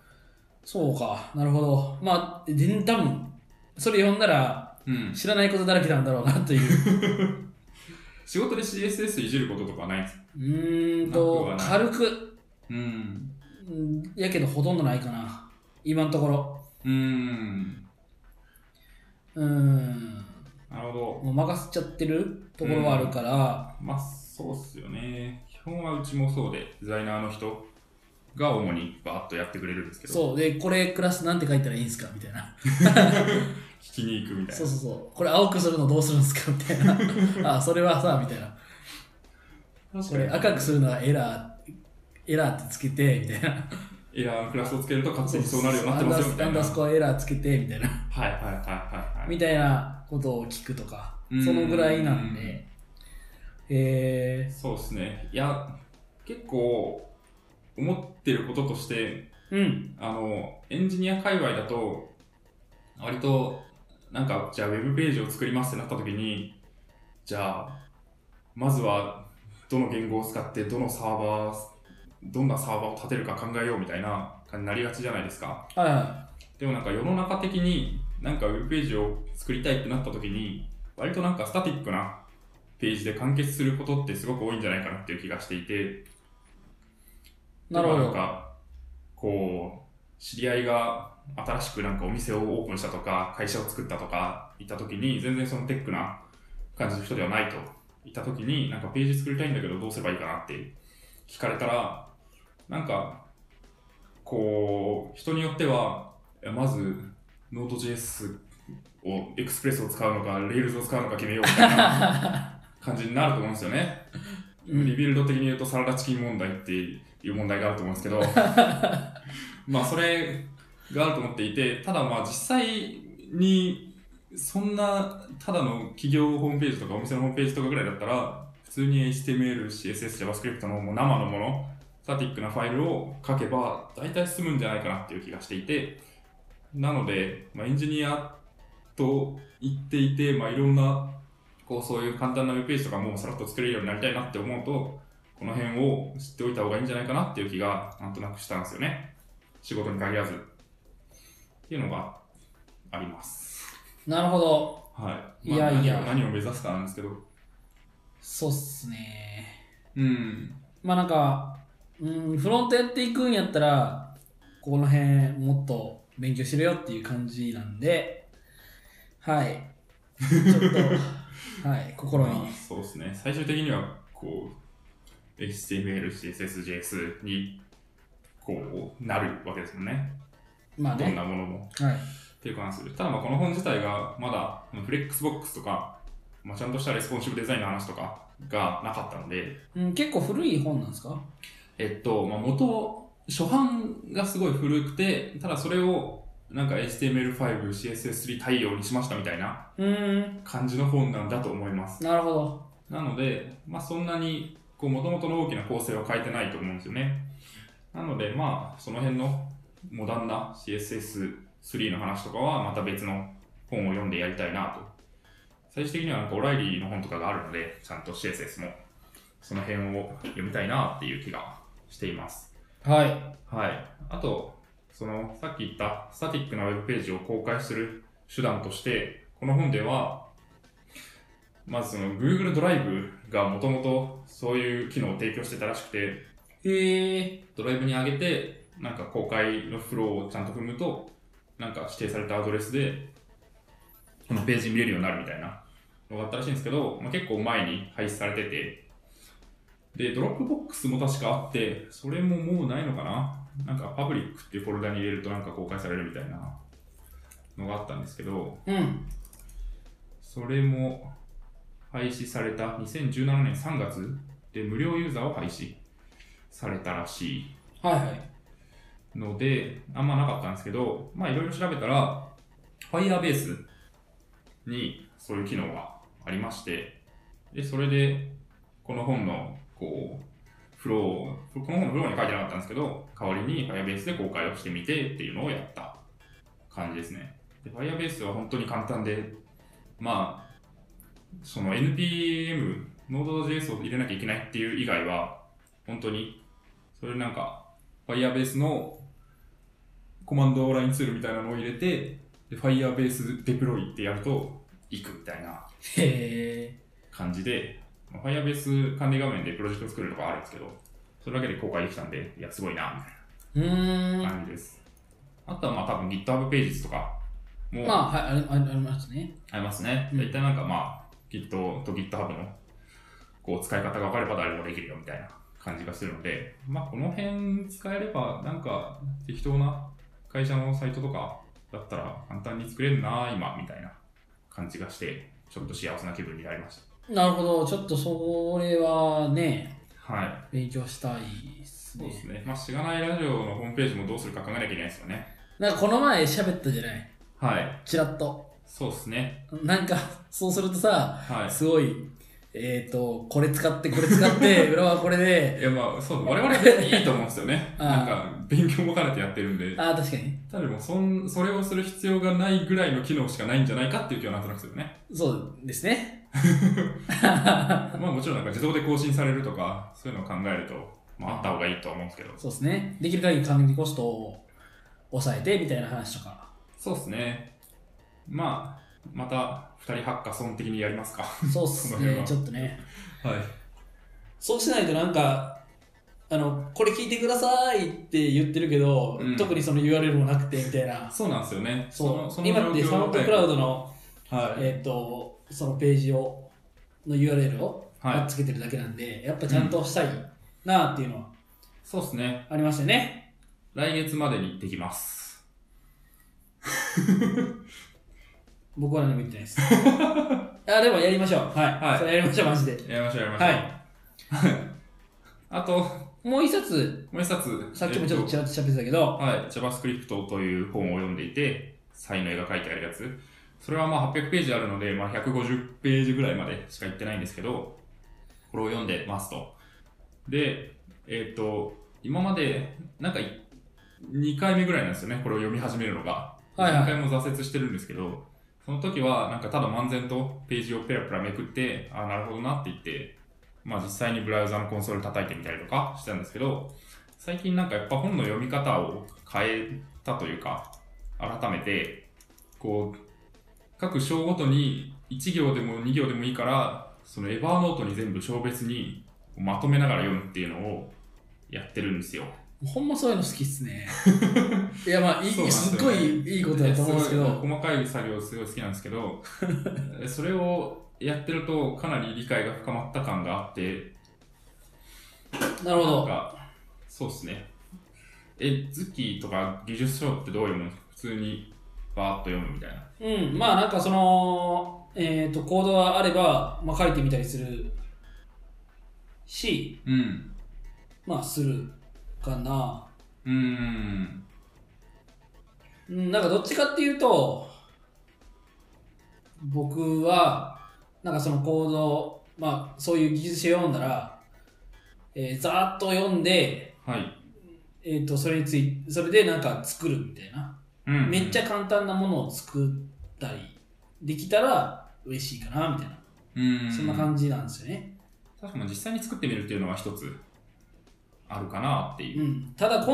そうか、なるほど。まあ、で多分それ読んだらい。うん。知らないことだらけなんだろうなという。仕事で CSS いじることとかはないんですかうーんと、なくは軽く、うん。うんやけどほとんどないかな。今のところ。うん。うーん。なるほもど。う任せちゃってるところはあるから、まあそうっすよね。基本はうちもそうで、デザイナーの人が主にバーッとやってくれるんですけど、そう。で、これクラスなんて書いたらいいんですかみたいな。聞きに行くみたいそなう。そうそう。これ青くするのどうするんですかみたい な。あ、それはさ、みたいな。これ赤くするのはエラー、エラーってつけて、みたいな。エラーのクラスをつけると勝手にそうなるようになってますよみたアいンダな。ーはいスコアエラーつけてみたいな、はいはいはいはい。みたいなことを聞くとか、うんそのぐらいなんで、えそうっすね。いや、結構思ってることとして、ー、うん、あの、エンジニア界隈だと、割と、なんか、じゃあウェブページを作りますってなった時に、じゃあ、まずは、どの言語を使って、どのサーバー、どんなサーバーを立てるか考えようみたいな感じになりがちじゃないですか。はいはでもなんか世の中的に、なんかウェブページを作りたいってなった時に、割となんかスタティックなページで完結することってすごく多いんじゃないかなっていう気がしていて、い、なるほなんど。か、こう、知り合いが新しくなんかお店をオープンしたとか、会社を作ったとか、行った時に、全然そのテックな感じの人ではないと、行った時に、なんかページ作りたいんだけど、どうすればいいかなって聞かれたら、なんか、こう、人によっては、いやまず、Node.js を、エクスプレスを使うのか、Rails を使うのか決めようみたいな感じになると思うんですよね。うんリビルド的に言うとサラダチキン問題っていう問題があると思うんです けど、まあそれがあると思っていて、ただまあ実際にそんなただの企業ホームページとかお店のホームページとかぐらいだったら、普通に HTML、CSS、JavaScript のもう生のもの、スタティックなファイルを書けば大体進むんじゃないかなっていう気がしていて、なので、まあ、エンジニアと言っていて、まあ、いろんなこうそういう簡単なウェブページとかもさらっと作れるようになりたいなって思うと、この辺を知っておいた方がいいんじゃないかなっていう気がなんとなくしたんですよね。仕事に限らず。っていうのがあります。なるほど。はい。いやいや何を何を目指すかなんですけど。そうっすね。うん。まあなんか、うん、フロントやっていくんやったら、この辺もっと勉強してるよっていう感じなんで、はい。ちょっと、はい、 心にまあ。そうですね。最終的には、こう、HTML、CSS、JS に、こう、なるわけですもんね。まあどんね。なものも。はい。っていう感じする。ただまあこの本自体がまだあのフレックスボックスとか、まあ、ちゃんとしたレスポンシブデザインの話とかがなかったので、うん、結構古い本なんですかえっと、まあ、元、初版がすごい古くて、ただそれをなんか HTML5、CSS3 対応にしましたみたいなうーん、感じの本なんだと思います。なるほど。なので、まあ、そんなにこう元々の大きな構成は変えてないと思うんですよね。なので、まあ、その辺のモダンな CSS3 の話とかはまた別の本を読んでやりたいなと。最終的にはなんかオライリーの本とかがあるので、ちゃんと CSS もその辺を読みたいなっていう気がしています。はい。はい。あと、その、さっき言った、スタティックなウェブページを公開する手段として、この本では、まずその Google ドライブがもともとそういう機能を提供してたらしくて、へえ。ドライブに上げて、なんか公開のフローをちゃんと踏むと、なんか指定されたアドレスで、このページ見れるようになるみたいなのがあったらしいんですけど、まあ、結構前に廃止されてて、で、ドロップボックスも確かあって、それももうないのかななんかパブリックっていうフォルダに入れるとなんか公開されるみたいなのがあったんですけど、うん。それも廃止された2017年3月で無料ユーザーを廃止されたらしいはいはい。ので、あんまなかったんですけど、まあいろいろ調べたら、Firebase にそういう機能がありまして、で、それで、この本の、こう、フローを、この本のフローに書いてなかったんですけど、代わりに Firebase で公開をしてみてっていうのをやった感じですね。で、Firebase は本当に簡単で、まあ、その NPM、Node.js を入れなきゃいけないっていう以外は、本当に、それなんか、Firebase のコマンドラインツールみたいなのを入れて、で Firebase デプロイってやると、行くみたいなへ感じで、まあ Firebase 管理画面でプロジェクト作るとかあるんですけど、それだけで公開できたんで、いや、すごいな、え。うーん。みたいな感じです。あとはまあ多分 GitHub ページとかもまあ、はい、ありありありますね。ありますね。うん一体なんかまあ、Git と GitHub のこう使い方が分かれば誰でもできるよみたいな感じがするので、まあこの辺使えればなんか適当な会社のサイトとかだったら簡単に作れるな今みたいな感じがして、ちょっと幸せな気分になりましなるほど。ちょっとそれはね、た。はい。勉強したいですそうですね。ね。まあ、しがないラジオのホームページもどうするか考えなきゃいけないですよね。なんかこの前喋ったじゃないはい。ちらっと。そうですね。なんか、 そうするとさ、はすごい、えっ、ー、と、これ使って、これ使 って、裏はこれい。で、。いや、まあ、そう、我々別にいいと思うんですよね あなあんか、勉強も兼ねてやってるんで。ああ、確かに。ただでもそん、それをする必要がないぐらいの機能しかないんじゃないかっていう気はなんとなくするね。そうです ね。まあもちろんなんか自動で更新されるとか、そういうのを考えると、まああった方がいいとは思うんですけど。そうですね。できる限り管理コストを抑えて、みたいな話と か。そうですね。まあ、また2人ハッカソン的にやりますか。そうっすこの辺ね、はちょっとね。はい。そうしないとなんか、あの、これ聞いてくださいって言ってるけど、うん特にその URL もなくてみたいな。そうなんですよね。そう。のその今って状況サウンドクラウドの、はい。えっ、と、そのページを、の URL をはいつけてるだけなんで、やっぱちゃんとしたいなっていうのはそうですね。ありましたね。来月までにできます。僕は何も言って ないです。あ、でもやりましょう。はい。はいそれやりましょう、マジで。やりましょう、やりましょう。はいはい。 あと、もう一冊、もう一冊。さっきもちょっとえちらっと喋ってたけど、はい、JavaScript という本を読んでいて、才能が書いてあるやつ。それはまあ800ページあるので、まあ、150ページぐらいまでしか行ってないんですけど、これを読んでますと。で、えっ、と、今まで、なんかい2回目ぐらいなんですよね、これを読み始めるのが。はいはい何回も挫折してるんですけど、その時はなんかただ漫然とページをペラペラめくって、ああ、なるほどなって言って、まあ実際にブラウザのコンソール叩いてみたりとかしてたんですけど、最近なんかやっぱ本の読み方を変えたというか、改めて、こう、各章ごとに1行でも2行でもいいから、そのエヴァーノートに全部章別にまとめながら読むっていうのをやってるんですよ。ほんまそういうの好きっす ね。いや、まあ、いいそうなんですよすねっごいいいことだと思うんですけいやどご。い細かい作業すごい好きなんですけどえそれをやってるとかなり理解が深まった感があってなるほなど。んかそうですねえズッキーとか技術書ってどう読むの普通にバーッと読むみたいなうん、まあなんかその、えっ、と、コードがあれば、まあ書いてみたりするし、うんまあするかな。うーんうん、なんかどっちかっていうと、僕は、なんかそのコード、まあそういう技術書読んだら、えー、ざーっと読んで、はい、えっ、と、それについそれでなんか作るみたいな。うん、めっちゃ簡単なものを作ったりできたら嬉しいかな、みたいな。うんそんな感じなんですよね。確かに実際に作ってみるっていうのは一つあるかなっていう、うん、ただこ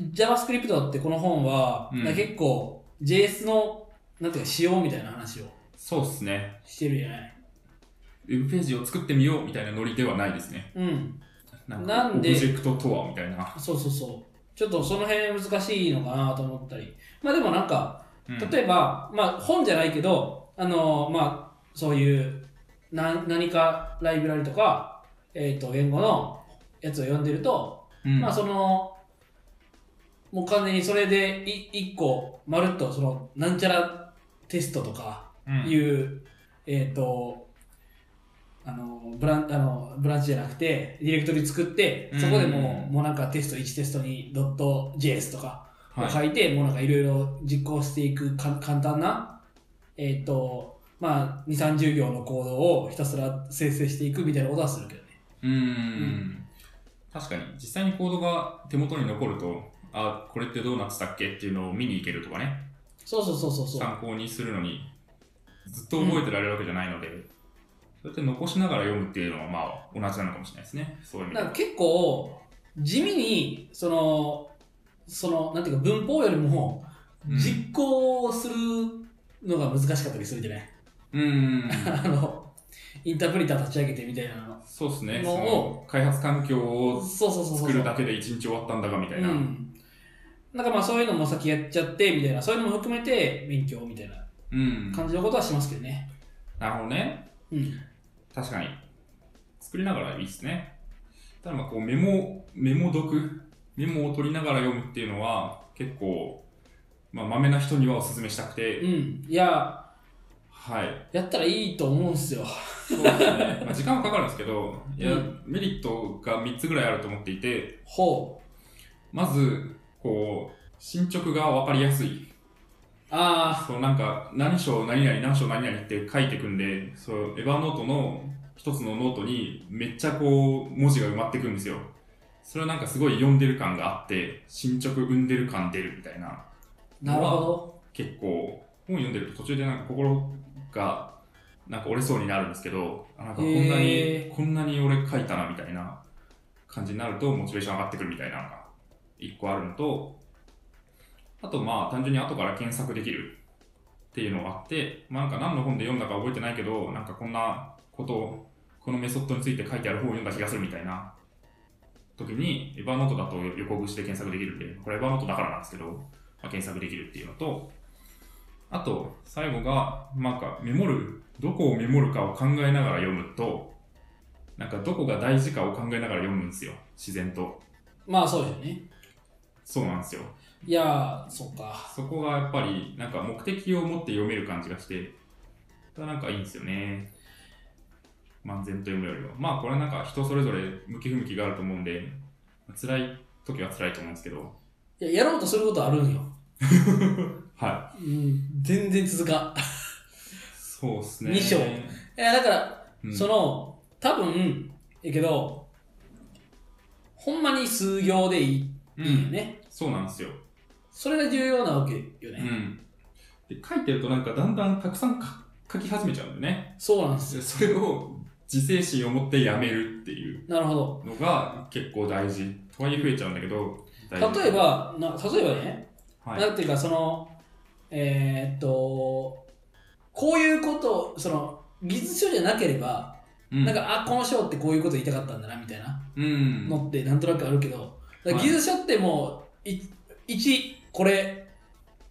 の JavaScript ってこの本は、うなんんか結構 JS のなんていうか仕様みたいな話をそうですねしてるじゃない。ウェブページを作ってみようみたいなノリではないですねうん、なんかなんオでブジェクトとはみたいな、そうそうそう。ちょっとその辺難しいのかなと思ったり。まあでもなんか、うん例えば、まあ本じゃないけど、あのまあそういうな何かライブラリとか、えっ、と言語のやつを読んでると、うんまあそのもう完全にそれでい一個まるっとそのなんちゃらテストとかうんいう、えっ、とあのブランあのブランチじゃなくて、ディレクトリ作って、そこでもう,、もうなんかテスト1テスト2 .js とかを書はい。いて、もうなんかいろいろ実行していくか簡単な、えっ、と、まあ、2、30行のコードをひたすら生成していくみたいなことはするけどね。うーん。確かに、実際にコードが手元に残ると、あ、これってどうなってたっけっていうのを見に行けるとかね、そうそうそうそうそう。参考にするのに、ずっと覚えてられるわけじゃないので、そうやって残しながら読むっていうのは、まあ、同じなのかもしれないですね。そういう意味でなんかは。結構、地味に、その、その、なんていうか文法よりも、うん実行するのが難しかったりするじゃない、 うーん。あの、インタープリター立ち上げてみたいなの。そうですね。のそをの開発環境をそうそうそうそう。作るだけで一日終わったんだがみたいな。う。うん。なんかまあそういうのも先やっちゃって、みたいな、そういうのも含めて勉強みたいなん感じのことはしますけどね。なるほどね。うん。確かに。作りながらいいですね。ただまあこうメモ、メモ読、メモを取りながら読むっていうのは結構、まあ、豆な人にはお勧めしたくて、うん。いや、はい。やったらいいと思うんすよ。そうですね。 まあ時間はかかるんですけど、いや、うんメリットが3つぐらいあると思っていて、ほう。まず、こう、進捗が分かりやすい。あそうなんか何章何々何章何々って書いてくんでそうエヴァノートの一つのノートにめっちゃこう文字が埋まってくんですよそれはなんかすごい読んでる感があって進捗生んでる感出るみたいなあ、なるほど。結構本読んでると途中でなんか心がなんか折れそうになるんですけどあなんかこんなにへーこんなに俺書いたなみたいな感じになるとモチベーション上がってくるみたいなのが一個あるのとあとまあ単純に後から検索できるっていうのがあって、まあ、なんか何の本で読んだか覚えてないけどなんかこんなことをこのメソッドについて書いてある本を読んだ気がするみたいな時にエヴァノートだと横串で検索できるんでこれエヴァノートだからなんですけど、まあ、検索できるっていうのとあと、最後が、なんか、メモる、どこをメモるかを考えながら読むと、なんか、どこが大事かを考えながら読むんですよ。自然と。まあそうですよね。そうなんですよ。いや、そうか。そこがやっぱり、なんか、目的を持って読める感じがして、これはなんかいいんですよね。漫然と読むよりは。まあ、これはなんか、人それぞれ向き不向きがあると思うんで、辛い時は辛いと思うんですけど、いや、やろうとすることあるんよ。はうん、全然続かん。 い。そうですね。二章いや、だから、うんその、多分、やけど、ほんまに数行でいい,、ういいよん、ね。そうなんですよ。それが重要なわけよね。うん、で書いてるとなんかだんだんたくさんか書き始めちゃうんだよねそうなんですよ。それを自制心を持ってやめるっていうなるほど。のが結構大事とはいえ増えちゃうんだけど大事例え、ば、な例えばね、はい、なんていうか、その、えーっと、こういうことを、その、技術書じゃなければ、うんなんか、あ、この章ってこういうこと言いたかったんだな、みたいなうんのってなんとなくあるけど、だからはい技術書ってもう、い1、これ、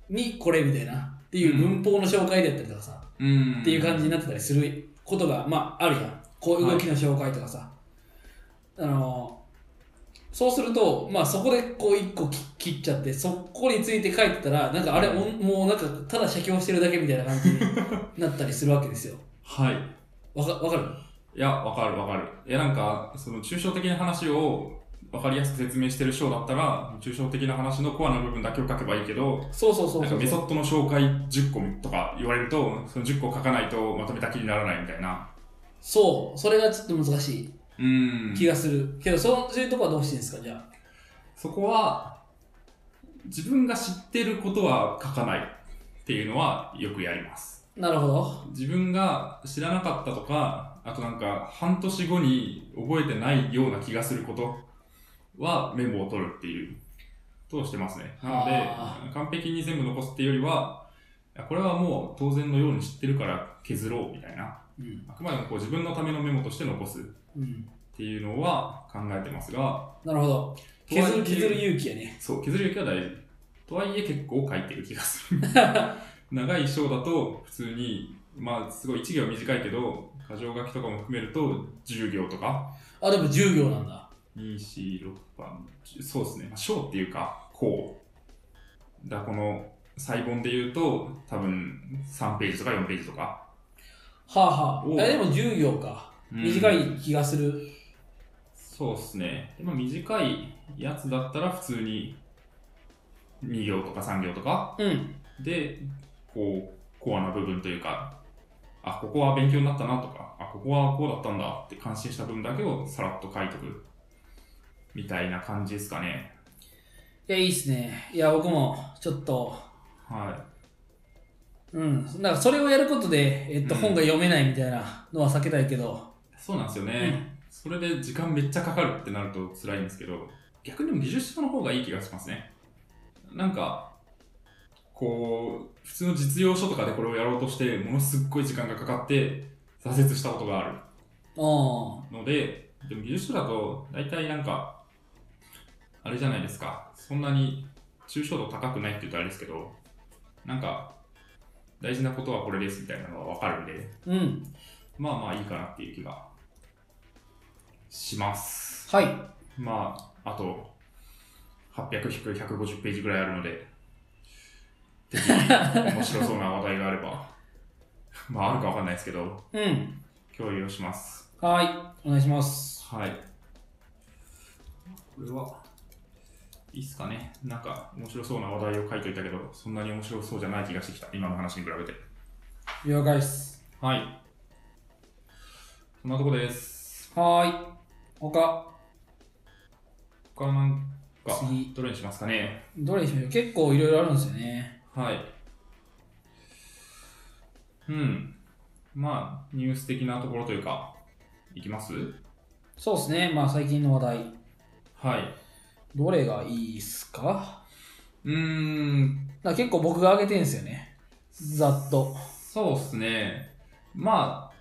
2、これ、みたいな、っていう文法の紹介であったりとかさ、うんっていう感じになってたりすることが、まあ、あるやん。こういう動きの紹介とかさ。あのそうすると、まあ、そこでこう一個切切っちゃって、そこについて書いてたら、なんかあれ、おんもうなんかただ写経してるだけみたいな感じになったりするわけですよ。はいわかわかるいやわかるわかるいやなんかその抽象的な話をわかりやすく説明してる章だったら抽象的な話のコアな部分だけを書けばいいけどそうそうそうなんそかうメソッドの紹介10個とか言われるとその10個書かないとまとめた気にならないみたいなそう、それがちょっと難しうんい気がする。けど、そうそういうとこはどうしてんですか、じゃあ。そこは、自分が知ってることは書かないっていうのはよくやります。なるほど。自分が知らなかったとか、あとなんか半年後に覚えてないような気がすることはメモを取るっていうことをしてますね。なのあで、完璧に全部残すっていうよりは、いやこれはもう当然のように知ってるから削ろうみたいな。うん。あくまでもこう自分のためのメモとして残すっうん。ていうのは考えてますが、なるほど。とはいえ削る、削る勇気やね。そう、削り受けは大事。とはいえ結構書いてる気がす る。長い章だと普通に、まあすごい1行短いけど、箇条書きとかも含めると10行とか、あ、でも10行なんだ。 2、4、6番、10そうですね、まあ、章っていうか、こう。だからこの細本で言うと、多分3ページとか4ページとか。はあはおうあ。えでも10行か。うん短い気がする。そうですね。でも短いやつだったら普通に2行とか3行とかうん。で、こう、コアな部分というか、あ、ここは勉強になったなとか、あ、ここはこうだったんだって感心した部分だけをさらっと書いとく。みたいな感じですかね。いや、いいっすね。いや、僕も、ちょっと、はうん。だから、それをやることで、えっと、うん本が読めないみたいなのは避けたいけど、い。そうなんですよね。うんそれで時間めっちゃかかるってなると辛いんですけど、逆にでも技術書の方がいい気がしますね。なんか、こう、普通の実用書とかでこれをやろうとして、ものすっごい時間がかかって、挫折したことがある。うん。ので、でも技術書だと、大体なんか、あれじゃないですか、そんなに抽象度高くないって言うとあれですけど、なんか、大事なことはこれですみたいなのがわかるんで、うん。まあまあいいかなっていう気がします。はい。まあ、あと、800-150ページぐらいあるので、ぜひ面白そうな話題があれば、まああるかわかんないですけど、うん。共有をします。はい。お願いします。はい。これは、いいっすかね。なんか、面白そうな話題を書いといたけど、そんなに面白そうじゃない気がしてきた。今の話に比べて。了解っす。はい。そんなとこです。はーい。他、他なんか次、どれにしますかね。どれにしましょう結構いろいろあるんですよね。はい。うん。まあ、ニュース的なところというか、いきますそうですね。まあ、最近の話題。はい。どれがいいっすかうーん、だから結構僕が上げてんすよね。ざっと。そうっすね。まあ、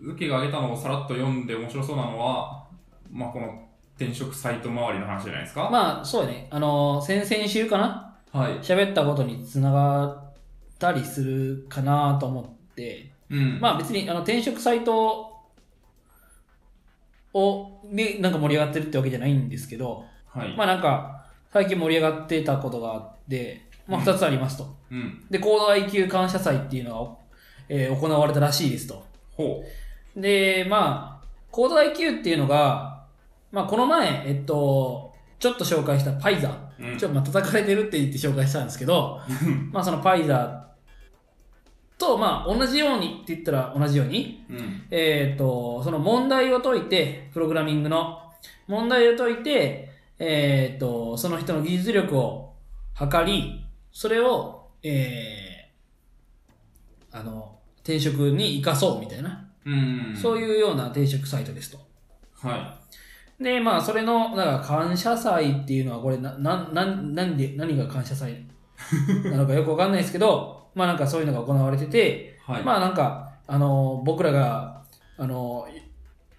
ウケが挙げたのをさらっと読んで面白そうなのは、まあ、この転職サイト周りの話じゃないですか。まあ、そうやね。あのー、先々週かなはい。喋ったことにつながったりするかなと思って。うん。まあ、別に、あの、転職サイトを、ね、なんか盛り上がってるってわけじゃないんですけど、はい。まあなんか、最近盛り上がってたことがあって、まあ2つありますと。うん。で、高度 IQ 感謝祭っていうのが、えー行われたらしいですと。ほで、まあ、高度 IQ っていうのが、まあこの前、えっと、ちょっと紹介したパイザー。う。うん。ちょっとまあ叩かれてるって言って紹介したんですけど、まあそのパイザーと、まあ同じようにって言ったら同じように、うん。えっ、と、その問題を解いて、プログラミングの問題を解いて、えっ、と、その人の技術力を測り、それを、えーあの、転職に生かそうみたいな、うん。そうう。いうような転職サイトですと。はで、まあ、それの、なんか、感謝祭っていうのは、これな、な、な、なんで、何が感謝祭なのかよくわかんないですけど、 まあ、なんかそういうのが行われてて、い。はい。まあなんか、あの僕らが、あの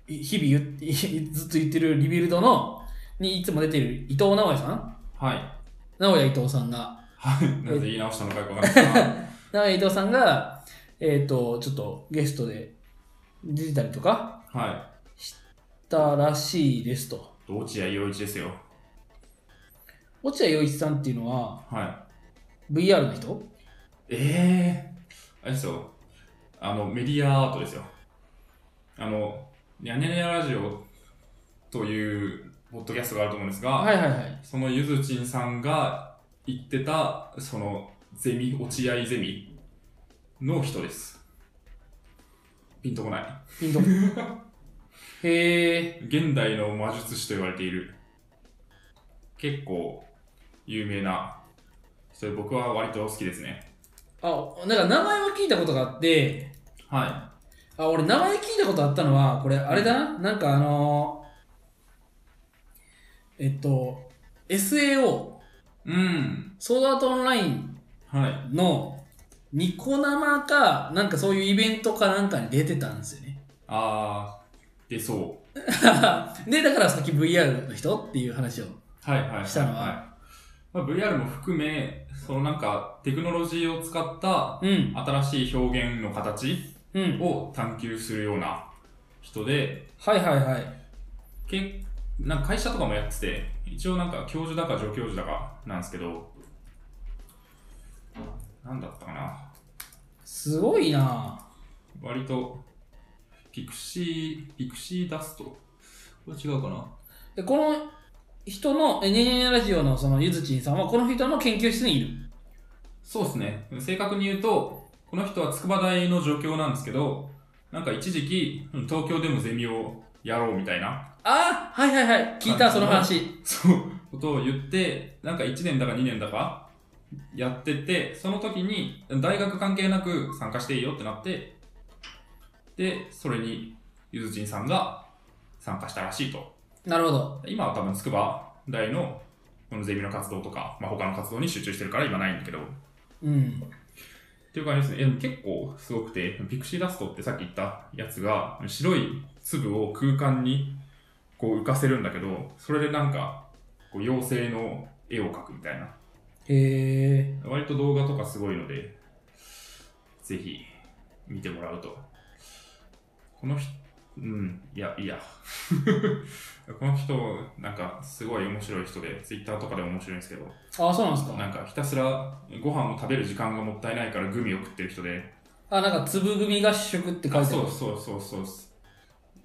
いい日々言っ ずっと言ってるリビルドの、にいつも出てる伊藤直哉さんはい。直哉伊藤さんが、はい。なぜ言い直したのかよくわか んないですが直哉伊藤さんが、えっ、と、ちょっとゲストで出てたりとかはしたらしいですと。い。落合陽一ですよ。落合陽一さんっていうのはは VR の人い。ええー。あれですよ。あの、メディアアートですよ。あの、ニャニャニャラジオという、ポッドキャストがあると思うんですが、はいはいはい。そのゆずちんさんが言ってた、そのゼミ、落合ゼミの人です。ピンとこない。ピンとこ。へえ。現代の魔術師と言われている。結構有名な。それ僕は割と好きですね。あ、なんか名前は聞いたことがあって、はあ、俺名前聞いたことあったのは、これ、あれだな、なんかあのー、えっと、SAO、い。うん。ソードアートオンラインはい。のニコ生か、なんかそういうイベントかなんかに出てたんですよね。 あー、出そで、だからさっき VR の人っていう話を。う。はいはいはい、はい。したのはまあ、VR も含め、そのなんかテクノロジーを使ったうん、新しい表現の形うん。を探求するような人で、はいはいはい。けなんか会社とかもやってて、一応なんか教授だか助教授だかなんですけど、なんだったかな。すごいな割とピクシー、ピクシーダスト。これ違うかなでこの人の、えニャニャニャラジオのそのゆずちんさんは、この人の研究室にいる。そうですね。正確に言うと、この人は筑波大の助教なんですけど、なんか一時期、うん東京でもゼミをやろうみたいな、ああ、はいはいはい。聞いた、はいその話。そう、ことを言って、なんか1年だか2年だか、やってて、その時に、大学関係なく参加していいよってなって、で、それに、ゆずちんさんが参加したらしいと。なるほど。今は多分筑波大のこのゼミの活動とか、まあ、他の活動に集中してるから今ないんだけど、っうん。ていう感じですね。えでも結構すごくて、ピクシーダストってさっき言ったやつが、白い粒を空間にこう浮かせるんだけど、それでなんか、こう妖精の絵を描くみたいな。へえ。割と動画とかすごいので、ぜひ見てもらうと。この人、うん、いや、いい や。この人、なんかすごい面白い人で、Twitter とかでも面白いんですけど、ああ、そうなんですなか。んかひたすらご飯を食べる時間がもったいないからグミを食ってる人で、あ、なんか、粒組合宿って書あいてあそるう。そうそうそうです。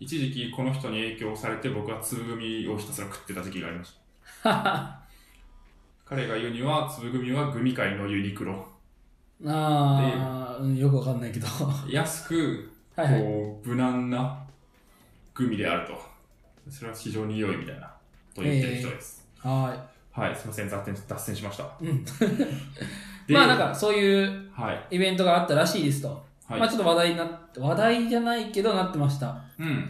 一時期この人に影響されて僕は粒組をひたすら食ってた時期がありまし た。あ彼が言うには、粒組はグミ界のユニクロ。あー、うんよくわかんないけど。 は安くいはい。こう無難なグミであると。それは非常に良いみたいなと言ってる人です。ははい、すみません、脱線脱線しました。い。うん。 でまあ、なんか、そういうはい、イベントがあったらしいですと。はい、まあ、ちょっと話題になって、話題じゃないけど、なってました。うん、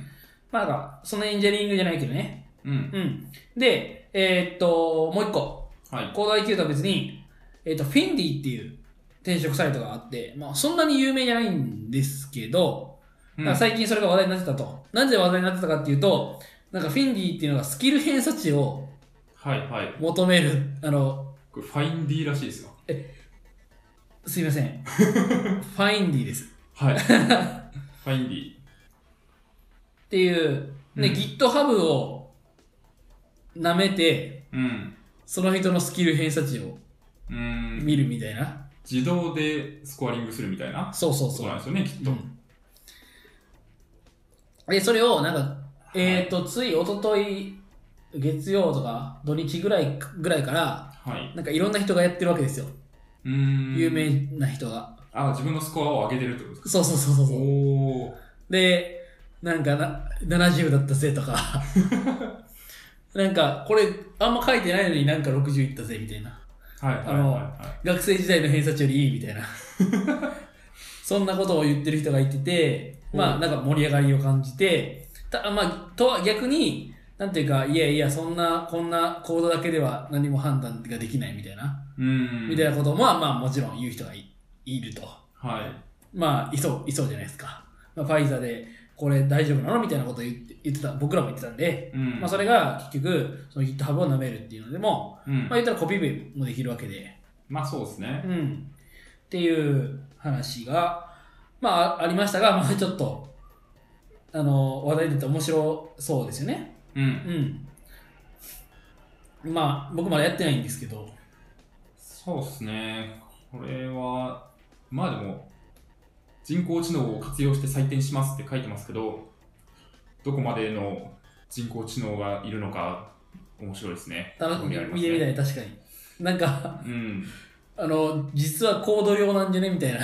まあ、なんか、そのエンジェリングじゃないけどね。うん、うん。で、えーっと、もう一個。はい、高大級とは別に、えっとフィンディっていう転職サイトがあって、まあ、そんなに有名じゃないんですけど、うんなんか最近それが話題になってたと。なぜ話題になってたかっていうと、なんかフィンディっていうのがスキル偏差値をはい、はい。求める、あの、これファインディらしいですよ。すいませ ん。ファインディです。 はい。ファインディ。っていう、ねうん GitHub を舐めて、うん。その人のスキル偏差値をうん、見るみたいな。自動でスコアリングするみたいなそうそうこそうとなん。ですよね、きっと。うんで、それを、なんか、えっ、と、つい一昨日月曜とか土日ぐらいぐらいから、はい。なんかいろんな人がやってるわけですよ。うん。有。名な人が。あ、自分のスコアを上げてるってことですかそうそうそうそうそう。おー。で、なんかな70だったぜと か、なんかこれあんま書いてないのになんか60いったぜみたいな。はい、はい、あはいのは学生時代の偏差値よりいいみたいな。そんなことを言ってる人がいてて、まあなんか盛り上がりを感じて、たまあとは逆に、なんていうか、いやいや、そんな、こんな行動だけでは何も判断ができないみたいな、い。うん。みたいなことも、まあまあもちろん言う人がいいると。はい。まあ、いそう、いそうじゃないですか。まあ、ファイザーで、これ大丈夫なのみたいなことを言って言ってた、僕らも言ってたんで、うん。まあそれが結局、その GitHub を舐めるっていうのでも、うんまあ言ったらコピペもできるわけで、まあそうですねう。ん、っていう話が、まあ、あありましたが、まあ、ちょっとあの話題に出て面白そうですよね。うん。うん、まあ僕まだやってないんですけど、そうですね。これは、まあでも、人工知能を活用して採点しますって書いてますけど、どこまでの人工知能がいるのか、面白いですね。楽興味ありま見すてみたね。い、確かに。なんか、うん。あの、実はコード量なんじゃねみたいな。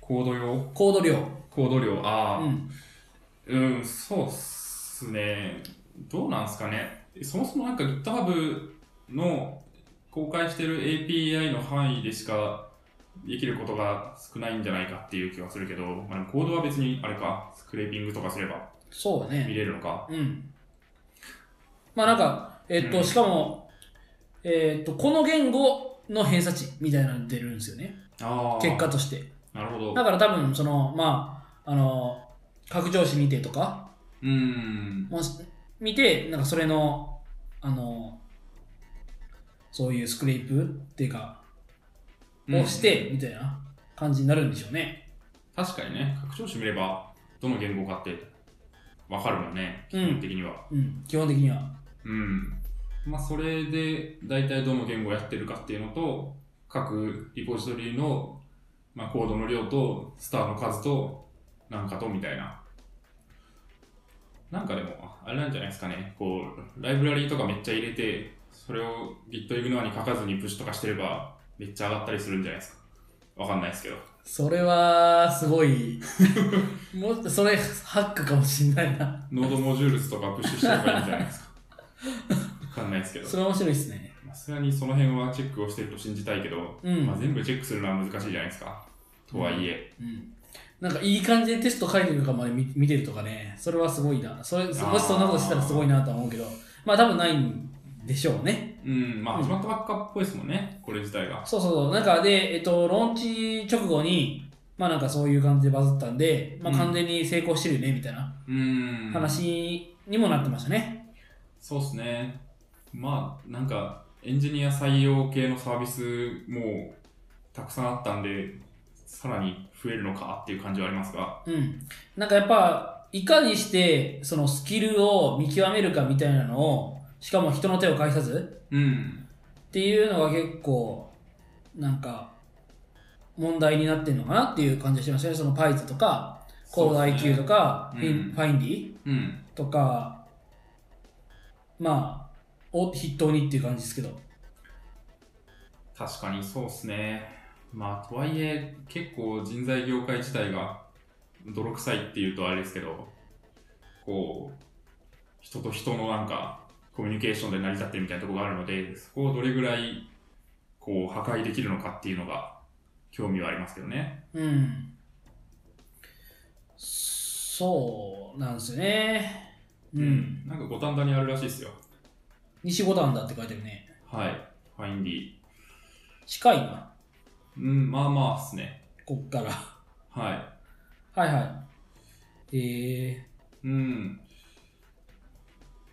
コード用コード量。コード量、あうあ、ん。うん、そうっすね。どうなんすかね。そもそもなんか GitHub の公開してる API の範囲でしかできることが少ないんじゃないかっていう気はするけど、まあ、でもコードは別にあれか、スクレーピングとかすればそう見ね。れるのか。うん。まあなんか、えっと、うんしかも、えっと、この言語の偏差値みたいなの出るんですよね。ああ、結果。として。なるほど。だから多分そのまああの拡張子見てとかうーん。もし見てなんかそれのあのそういうスクレープっていうかをしてみたいな感じになるんでしょうね。確かにね、拡張子見れば、どの言語かってわかるもんね、う基ん本的には。うん、基本的には。うん。まあ、それで大体どの言語をやってるかっていうのと、各リポジトリの、まあ、コードの量と、スターの数と、なんかとみたいななんかでも、あれなんじゃないですかね、こう、ライブラリーとかめっちゃ入れて、それを GitIgnore に書かずにプッシュとかしてれば、めっちゃ上がったりするんじゃないですか。わかんないですけど。それは、すご い。もうそれ、ハックかもしんないな。ノードモジュールズとかプッシュしてればいいんじゃないですか。わかんないですけど。それ面白いですね。さすがにその辺はチェックをしてると信じたいけど、うんまあ、全部チェックするのは難しいじゃないですか。とはいえ、うん。なんか、いい感じでテスト書いてるかまで見見てるとかね。それはすごいな。それ、そもしそんなことしたらすごいなとは思うけど。まあ、多分ないんでしょうね。うん、まあ始まったばっかっぽいですもんね、これ自体が。そうそうそう。なんかで、えっと、ローンチ直後に、まあなんかそういう感じでバズったんで、まあうん完全に成功してるよね、みたいなうん。話にもなってましたね。そうですね。まあ、なんか、エンジニア採用系のサービスもたくさんあったんで、さらに増えるのかっていう感じはありますが、うん。なんかやっぱ、いかにして、そのスキルを見極めるかみたいなのを、しかも人の手を介さずうん。っていうのが結構、なんか、問題になってるのかなっていう感じがしましたね。その Python とか、CodeIQ とか。か、うんフィン Findy、うん。とか、まあ、を筆頭にっていう感じですけど。確かにそうですね。まあ、とはいえ、結構人材業界自体が泥臭いっていうとあれですけど、こう、人と人のなんか、コミュニケーションで成り立ってるみたいなところがあるので、そこをどれぐらい、こう、破壊できるのかっていうのが、興味はありますけどね。うん。そうなんですよね。うん。。なんか五反田にあるらしいですよ。西五段だって書いてるね。はい。ファインディ。近いな、うん、まあまあですね。こっから。 はい。はいはい。えうん。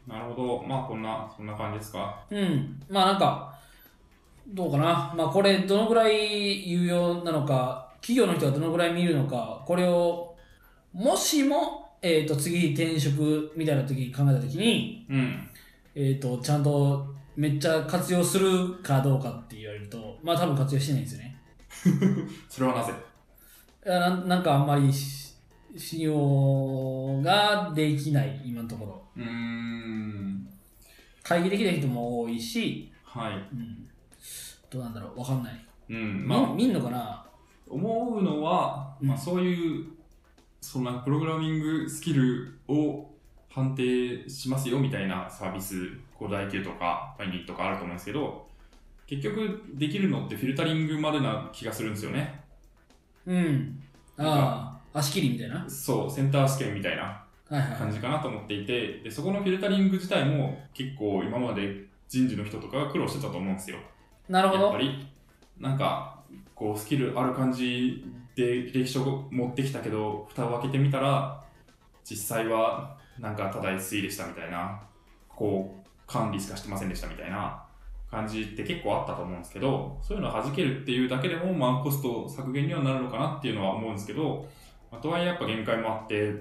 なるほど。まあ、こんな、そんな感じですか。ー、うん。まあなんか、どうかな。まあこれ、どのぐらい有用なのか、企業の人がどのぐらい見るのか、これを、もしも、えっ、と、次転職みたいな時に考えた時に、うん。えー、とちゃんとめっちゃ活用するかどうかって言われるとまあ多分活用してないんですよねそれはなぜいやなんなんかあんまりし信用ができない今のところうーん。会議できない人も多いし、はい。うん、どうなんだろうわかんない、うん。まあ、まあ、見んのかな思うのは、うんまあ、そういう、そんなプログラミングスキルを判定しますよみたいなサービス、高台級とか、ファイニーとかあると思うんですけど、結局できるのってフィルタリングまでな気がするんですよね。うんああ足切りみたいなそう、センター試験みたいなはいは感じかなと思っていて、でそこのフィルタリング自体も結構今まで人事の人とかが苦労してたと思うんですよ。いなるほやっぱどりなんかこうスキルある感じで履歴書を持ってきたけど蓋を開けてみたら実際はなんかただ SE でしたみたいなこう管理しかしてませんでしたみたいな感じって結構あったと思うんですけどそういうのを弾けるっていうだけでもまあコスト削減にはなるのかなっていうのは思うんですけどまあとはいえやっぱ限界もあって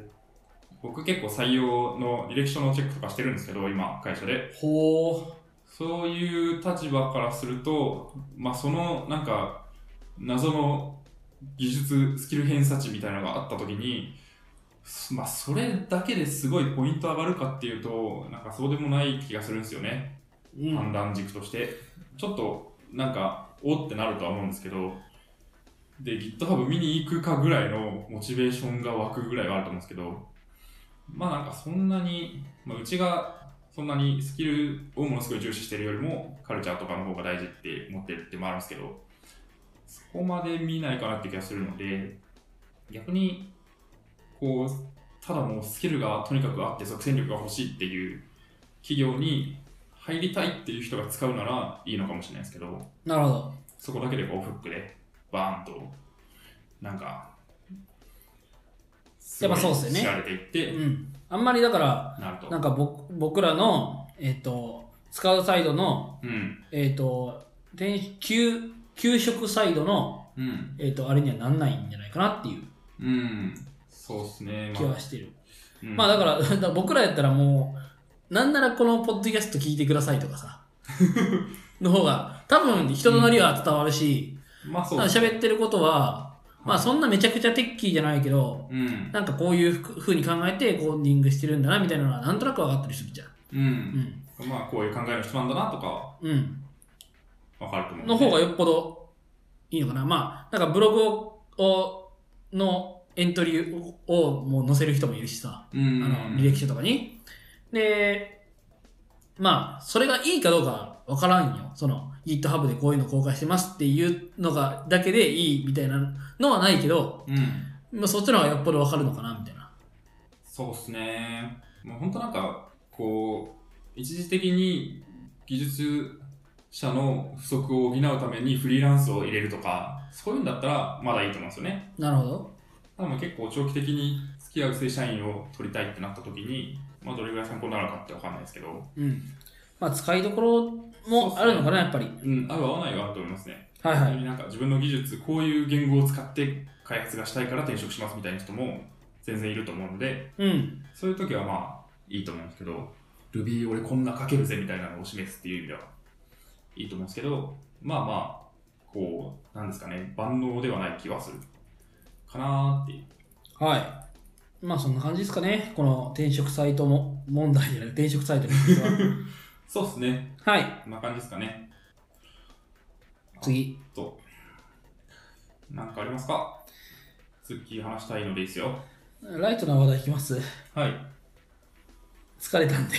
僕結構採用の履歴書のチェックとかしてるんですけど今会社でほそういう立場からすると、まあ、そのなんか謎の技術スキル偏差値みたいなのがあった時に、すまあ、それだけですごいポイント上がるかっていうとなんかそうでもない気がするんですよね、う、うん、判断軸としてちょっとなんかおってなるとは思うんですけどで GitHub 見に行くかぐらいのモチベーションが湧くぐらいはあると思うんですけどまあなんかそんなに、まあ、うちがそんなにスキルをものすごい重視してるよりもカルチャーとかの方が大事って思ってるってもあるんですけどそこまで見ないかなって気がするので逆にこうただもうスキルがとにかくあって即戦力が欲しいっていう企業に入りたいっていう人が使うならいいのかもしれないですけどなるほどそこだけでこうフックでバーンとなんかやっぱそうっすよね知られていって、うんあんまりだからなるとなんか僕僕らのえっ、と使うサイドのうんえっ、と、転給、給食サイドの、うんえっ、と、あれにはなんないんじゃないかなっていううんそうですね気はしてる。うんまあ、だから、 だから僕らやったらもう、なんならこのポッドキャスト聞いてくださいとか さ、の方が、多分人となりは伝わるし、まあそ多う分ですね喋ってることは、まあそんなめちゃくちゃテッキーじゃないけど、うん。なんかこういうふふうに考えてコーディングしてるんだなみたいなのはなんとなく分かったりするじゃん。う。うんん。まあ、こういう考えの人なんだなとかはうん。わかると思う、の方がよっぽどいいのかな。まあ、なんかブログををのエントリーををもう載せる人もいるしさ、うん。あの履歴書とかに。で、まあ、それがいいかどうかわからんよ。その GitHub でこういうの公開してますっていうのがだけでいいみたいなのはないけど、うん。まあ、そっちの方がよっぽどわかるのかなみたいな。そうっすね。もう本当なんか、こう、一時的に技術者の不足を補うためにフリーランスを入れるとか、そういうんだったらまだいいと思うんですよね。なるほど。ただまあ結構長期的に付き合う正社員を取りたいってなった時に、まあどれぐらい参考になるかってわかんないですけど、うん。まあ、使いどころもあるのかな、やっぱり。うん、合う合わないはあると思いますね。はい本は当い。になんか自分の技術、こういう言語を使って開発がしたいから転職しますみたいな人も全然いると思うので、うん。そういう時はまあいいと思うんですけど、Ruby 俺こんな書けるぜみたいなのを示すっていう意味ではいいと思うんですけど、まあまあ、こう、なんですかね、万能ではない気はするかなーっていう。はい。まあ、そんな感じですかね。この転職サイトも、問題じゃない、転職サイトの実 は。そうですね、はい。こんな感じですかね。次。と、なんかありますか次話したいのでいいですよ。ライトな話題いきます。はい。疲れたんで。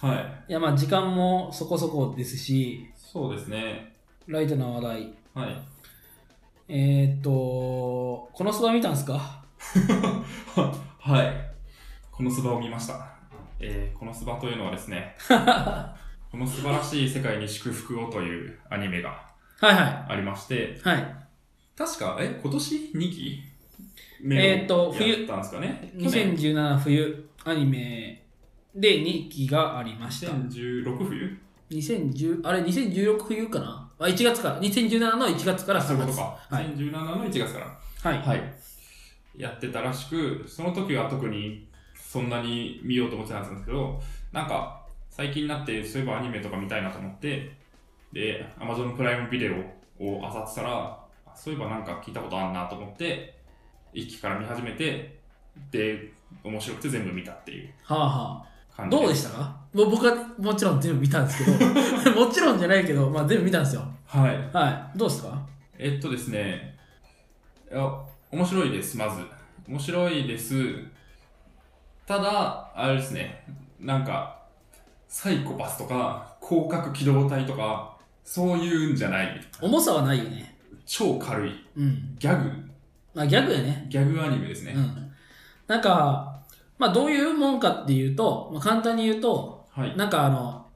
はい。 いや、まあ、時間もそこそこですし、そうですね。ライトな話題。はい。えー、っと、このスバ見たんすか はい。このスバを見ました。えーこのスバというのはです ね、この素晴らしい世界に祝福をというアニメがはいはありまして、い。はい。確か、え、今年2期えーっと冬やったんですかね。去年2017冬アニメで2期がありました。 2016冬2010あれ2016冬かなあ1月から2017の1月からそう3いうこと月か。はい2017の1月から。はい、はい。やってたらしく、その時は特にそんなに見ようと思ってなかったんですけど、なんか最近になって、そういえばアニメとか見たいなと思って、で、Amazon プライムビデオを漁ってたら、そういえばなんか聞いたことあるなと思って、一期から見始めて、で、面白くて全部見たっていうはあはあ感じどうでしたかもう僕はもちろん全部見たんですけ どもちろんじゃないけど、まあ、全部見たんですよはい。はいどうですかえっとですね、いや、面白いです、まず。面白いです。ただ、あれですね、なんか、サイコパスとか、広角機動隊とか、そういうんじゃない。重さはないよね超軽い。うんギャグ、まあギャグやねギャグアニメですね。うんなんかまあどういうもんかっていうと、まあ、簡単に言うとはい。なんかあの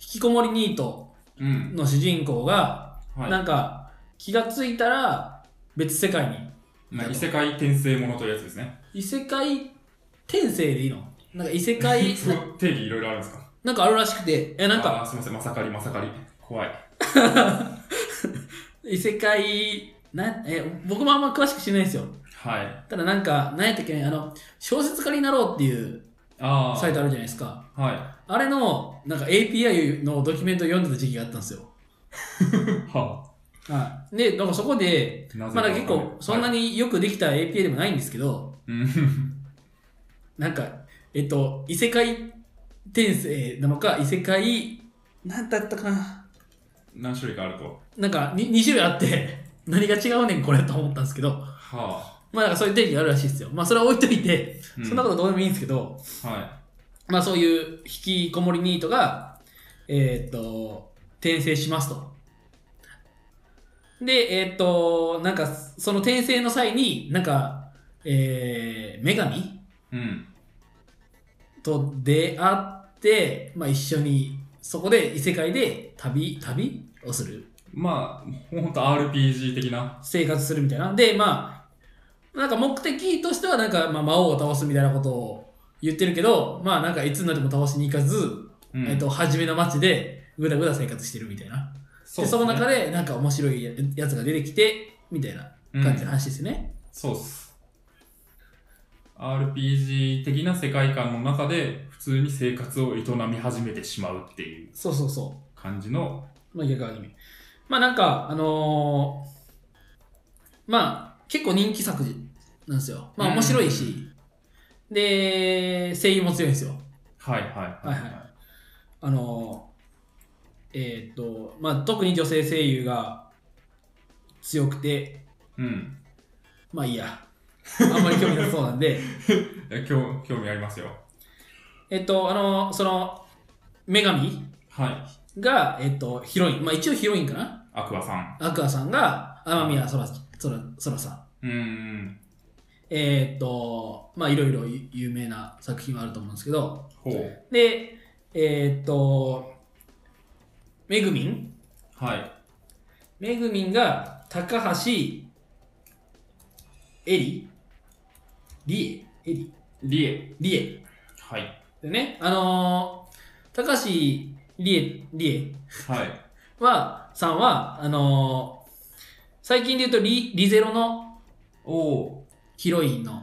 引きこもりニートうん。の主人公が、はい。なんか気がついたら別世界にまあ異世界転生ものというやつですね。異世界転生でいいのなんか異世 界すごい定義いろいろあるんですかなんかあるらしくてえなんかあーすみません、まさかりまさかり。怖い。異世界なえ僕もあんま詳しく知らないんですよはい。ただなんか何やったっけねあの小説家になろうっていうあサイトあるじゃないですかあ。はい。はあれのなんか API のドキュメントを読んでた時期があったんですよ、あ。はい、でなんかそこでなぜまかだ結構そんなはいによくできた API でもないんですけどうん なんかえっと異世界転生なのか異世界なんだったかな何種類かあると。なんかに2種類あって、何が違うねんこれと思ったんですけど、はあ。まあなんかそういう定義があるらしいですよ。まあそれは置いといて、そんなことどうでもいいんですけど、と。はまあそういう引きこもりニートが、えーっと、転生しますと。で、えーっと、なんかその転生の際に、なんか、えー、女神い。うん。と出会って、まあ一緒に、そこで異世界で旅、旅をする。まあ、ほんと RPG 的な。生活するみたいな。で、まあ、なんか目的としては、なんか、まあ、魔王を倒すみたいなことを言ってるけど、まあ、なんかいつになっても倒しに行かず、うんえっと、初めの街で、ぐだぐだ生活してるみたいな。そそうっで、すそねの中で、なんか面白いややつが出てきて、みたいな感じの話ですね。そうっす。RPG 的な世界観の中で、普通に生活を営み始めてしまうっていうそうそうそ感じの。う。まあ、逆アニメ。まあ、なんか、あのーまあ、結構人気作なんですよ。まあ、面白いし、で、声優も強いんですよ。はいはいはいはあの、えーっと、まあ、特に女性声優が強くて、うんまあいいや。あんまり興味なさそうなんで、え興興味ありますよえっと、あの、その、女神はいが、えっと、ヒロイン、まあ一応ヒロインかなアクアさんアクアさんが、天宮そら、そら、そらさん。うーんえーっと、まあいろいろ有名な作品はあると思うんですけど、ほうで、えーっと、めぐみんはいめぐみんが、高橋、えりりええりリエりえはいでね、あのー、高橋理恵、理はい恵は、さんは、あのー、最近で言うとリ、リゼロのおおヒロインの、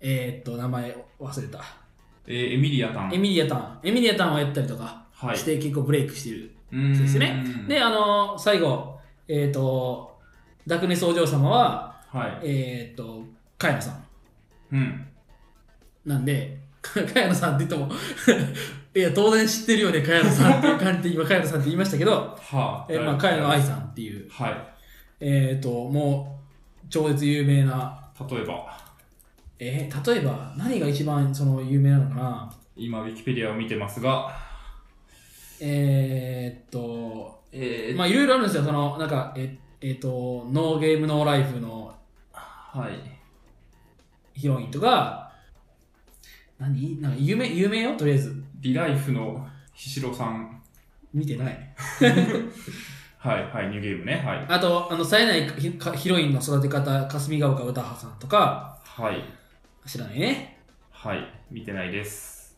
えーっと、名前忘れた。えーエミリアさんエミリアタン。エミリアタンをやったりとかはいして、結構ブレイクしてる。うーんそうですねで、あのー、最後、えーっと、ダクネスお嬢様は、はいえーっと、カヤノさん。うんなんで、 かかやのさんって言っても、 いや、当然知ってるよね、かやのさんっていう感じで、今、かやのさんって言いましたけど、はあえーまあ、かやの愛さんっていう、はえっ、と、もう、超絶有名な、い例えばえー例えば、何が一番その有名なのかな今ウィキペディアを見てますがえっ、と、えーまあ、いろいろあるんですよ、その、なんか、えっ、えーと、ノーゲームノーライフのはいヒロインとか、何なんか有名、有名よ、とりあえず。リライフのひしろさん見てない。はいはいニューゲームねはいあと、あの、冴えないヒヒロインの育て方、霞ヶ丘歌葉さんとか、はい知らないね。はい見てないです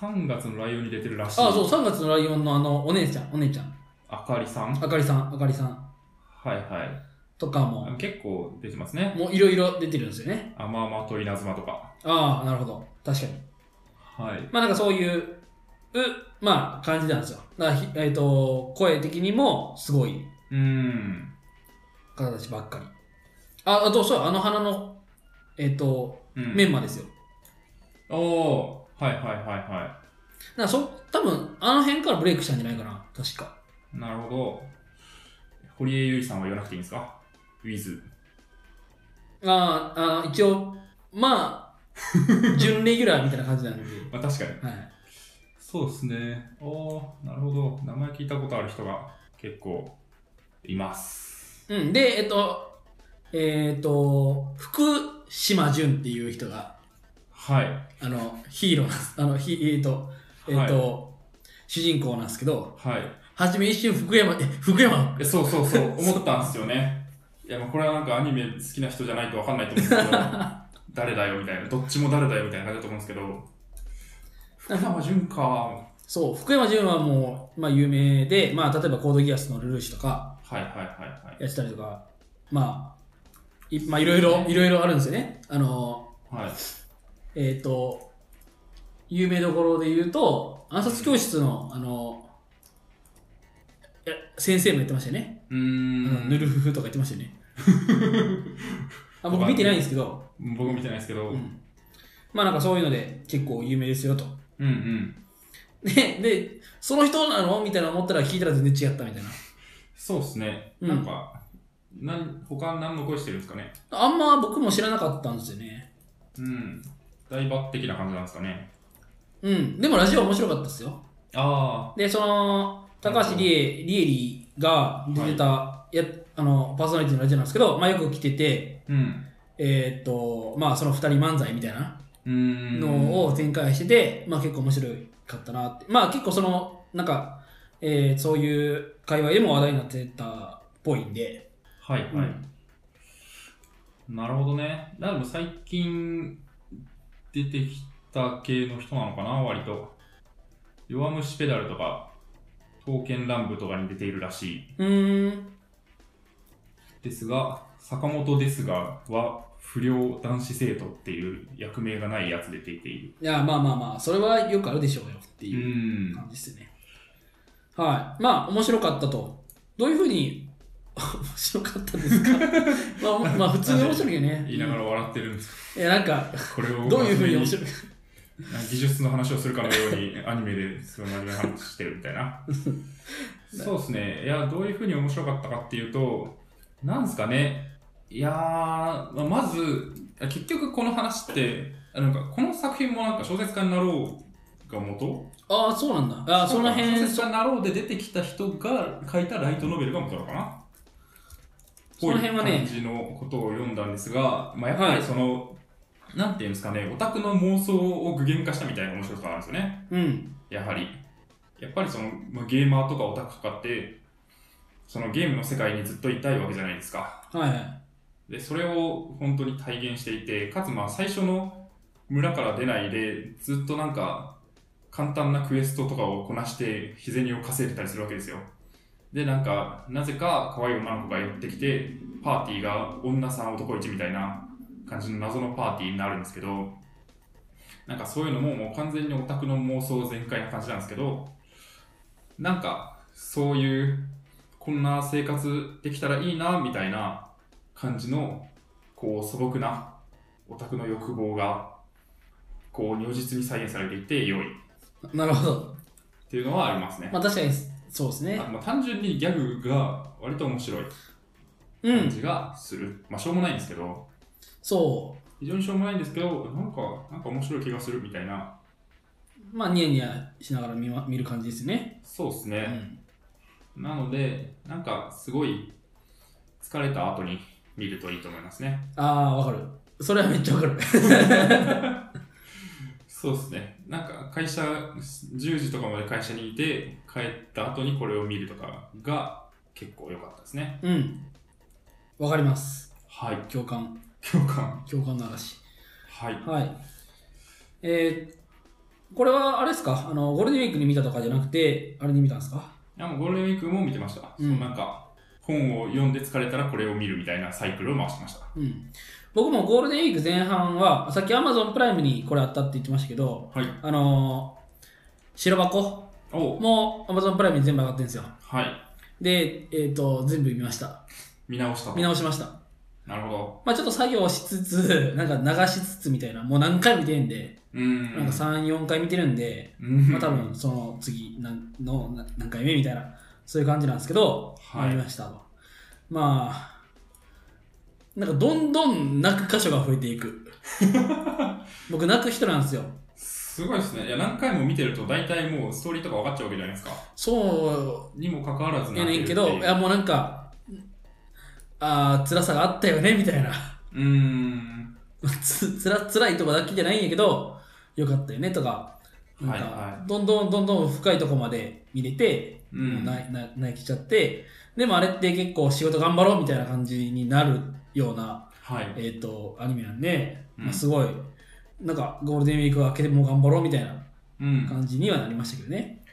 3月のライオンに出てるらしいああ、そう、3月のライオンのあの、お姉ちゃん、お姉ちゃん。あかりさんあかりさん、あかりさんはいはいとかも、結構出てますね。もういろいろ出てるんですよね。あまあまと稲妻とか。ああ、なるほど。確かに。はい。まあなんかそういう、う、まあ感じなんですよ。だからひ、えっ、と、声的にもすごいうーん。方たちばっかり。あ、あと、そう、あの花の、えっ、と、うん、メンマですよ。おおーはいはいはいはなんかそ、多分あの辺からブレイクしたんじゃないかな。確か。い。なるほど。堀江優里さんは言わなくていいんですかウィズ。ああ、ああ一応、ま あ、準レギュラーみたいな感じなんで。まあ確かに。はい。そうですね。おおなるほど。名前聞いたことある人が結構います。うん、で、えっと、えっと、福島淳っていう人が、はい。あの、ヒーローなんです。あの、ひえっと、えっと、主人公なんですけど、はい。はい。はじめ一瞬福山、え、福山えそうそうそ う、思ったんですよね。いや、まあこれはなんかアニメ好きな人じゃないとわかんないと思うんですけ ど、誰だよみたいな、どっちも誰だよみたいな感じだと思うんですけど、福山潤か。そう、福山淳はもう、まあ、有名で、まあ、例えばコードギアスのルルーシュとか、はいはいはいはい。やってたりとか、まあ、い,、まあ、いろいろ、いろいろあるんですよね。あの、はい、えっと、有名どころで言うと、暗殺教室の、あの、え先生もやってましたよね。うーあのん、ぬるふふとか言ってましたよね。 あ僕見てないんですけど、僕見てないですけど、う、うんんまあなんかそういうので結構有名ですよと。うんで、でその人なのみたいな思ったら聞いたら全然違ったみたいな。そうですね。うんなんか、なん他何の声してるんですかね。あんま僕も知らなかったんですよね。うん。大抜的な感じなんですかね。うん。でもラジオ面白かったですよ。あで、その、高橋理恵、理恵里が出てた、やあのパーソナリティのラジオなんですけど、まあよく来てて、あ、うん。えーっと、まあその二人漫才みたいなうーん。のを展開してて、まあ結構面白かったなって。まあ結構その、なんか、えーそういう界隈でも話題になってたっぽいんで。はいはい。なるほどね。だから最近出てきた系の人なのかな、割と。弱虫ペダルとか、刀剣乱舞とかに出ているらしいうーん。ですが、坂本ですがは不良男子生徒っていう役名がないやつで出ている。いや、まあまあまあ、それはよくあるでしょうよってう。いうん感じですね。はい。まあ面白かったと。どういうふうに 面白かったです かまあ、まあ普通に面白いよね。言いながら笑ってるんです。いや、なんか、これをどういうふうに面白い技術の話をするかのように アニメでその真面目な話してるみたいなそうですねいやどういうふうに面白かったかっていうとなんですかねいやーまあまず結局この話ってあなんかこの作品もなんか小説家になろうが元ああ、そうなんだ。ああ、その辺小、説家になろうで出てきた人が書いたライトノベルが元なのかなその辺はねぽい感じのことを読んだんですが、まあ、やっぱりその、なんていうんですかね、オタクの妄想を具現化したみたいな面白さがあるんですよね、うん。やはり。やっぱりその、まあ、ゲーマーとかオタクとかって、そのゲームの世界にずっといたいわけじゃないですか。はいはい。で、それを本当に体現していて、かつまあ最初の村から出ないで、ずっとなんか、簡単なクエストとかをこなして、日銭を稼いでたりするわけですよ。で、なんか、なぜか可愛い女の子が寄ってきて、パーティーが女さん男1みたいな感じの謎のパーティーになるんですけど、なんかそういうのももう完全にオタクの妄想全開な感じなんですけど、なんか、そういう、こんな生活できたらいいな、みたいな感じのこう素朴なオタクの欲望がこう如実に再現されていて良いっなるほど。ていうのはありますね。まあ確かに、そうですねあ。まあ、単純にギャグが割と面白いう感ん。じがする。まあしょうもないんですけど、そ非常にしょうもないんですけど、なんかなんか面白い気がするみたいな。う。まあニヤニヤしながら見,、ま、見る感じですね。そうですうね。ん。なので、なんかすごい疲れた後に見るといいと思いますね。ああ、わかる。それはめっちゃわかる。 そうですね。なんか会社、10時とかまで会社にいて、帰った後にこれを見るとかが結構良かったですね。うん。わかります。はい。共感。共感。共感の嵐。はい。はい。えー、これはあれですかあの、ゴールデンウィークに見たとかじゃなくて、あれに見たんですかいやもうゴールデンウィークも見てました。うんそのなんか、本を読んで疲れたらこれを見るみたいなサイクルを回してました。うん。僕もゴールデンウィーク前半は、さっき Amazon プライムにこれあったって言ってましたけど、はい。あのー白箱おも Amazon プライムに全部上がってるんですよ。はい。で、えっ、と、全部見ました。見直したと見。直しました。なるほど。まあちょっと作業しつつ、 なんか流しつつみたいな、もう何回見てるんで、うーん。なんか3、4回見てるんで、うん、まあ多分その次なんのな何回目みたいな、そういう感じなんですけど、はいありましたと。まあ、なんかどんどん泣く箇所が増えてい く。僕泣く人なんですよ。すごいですね。いや、何回も見てると大体もうストーリーとか分かっちゃうわけじゃないですか。そにもかかわらずうなやんてねるんってけいど、ういやもうなんか、ああ、辛さがあったよね、みたいな。うーん。つつら辛いとこだけじゃないんやけどよかったよねとかなんか、はいはどんどんどんどん深いとこまで見れて、うん。なな泣きちゃってでもあれって結構仕事頑張ろうみたいな感じになるような、はい。えー、とアニメなんで、うんまあ、すごいなんかゴールデンウィーク明けてもう頑張ろうみたいなうん。感じにはなりましたけどね、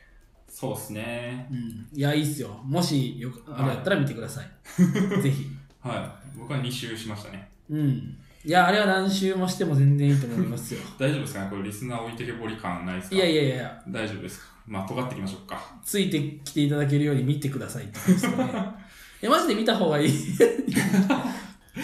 そうですね。うん、いやいいっすよもしよあれやったら見てくださ いぜひはい。僕は2周しましたね。うんいやあれは何周もしても全然いいと思い ますよ大丈夫ですかねこれリスナー置いてけぼり感ないですかいやいやいやいや大丈夫ですかまあ、尖っていきましょうか。ついてきていただけるように見てくださいって感じですね。 いや、マジで見た方がいい。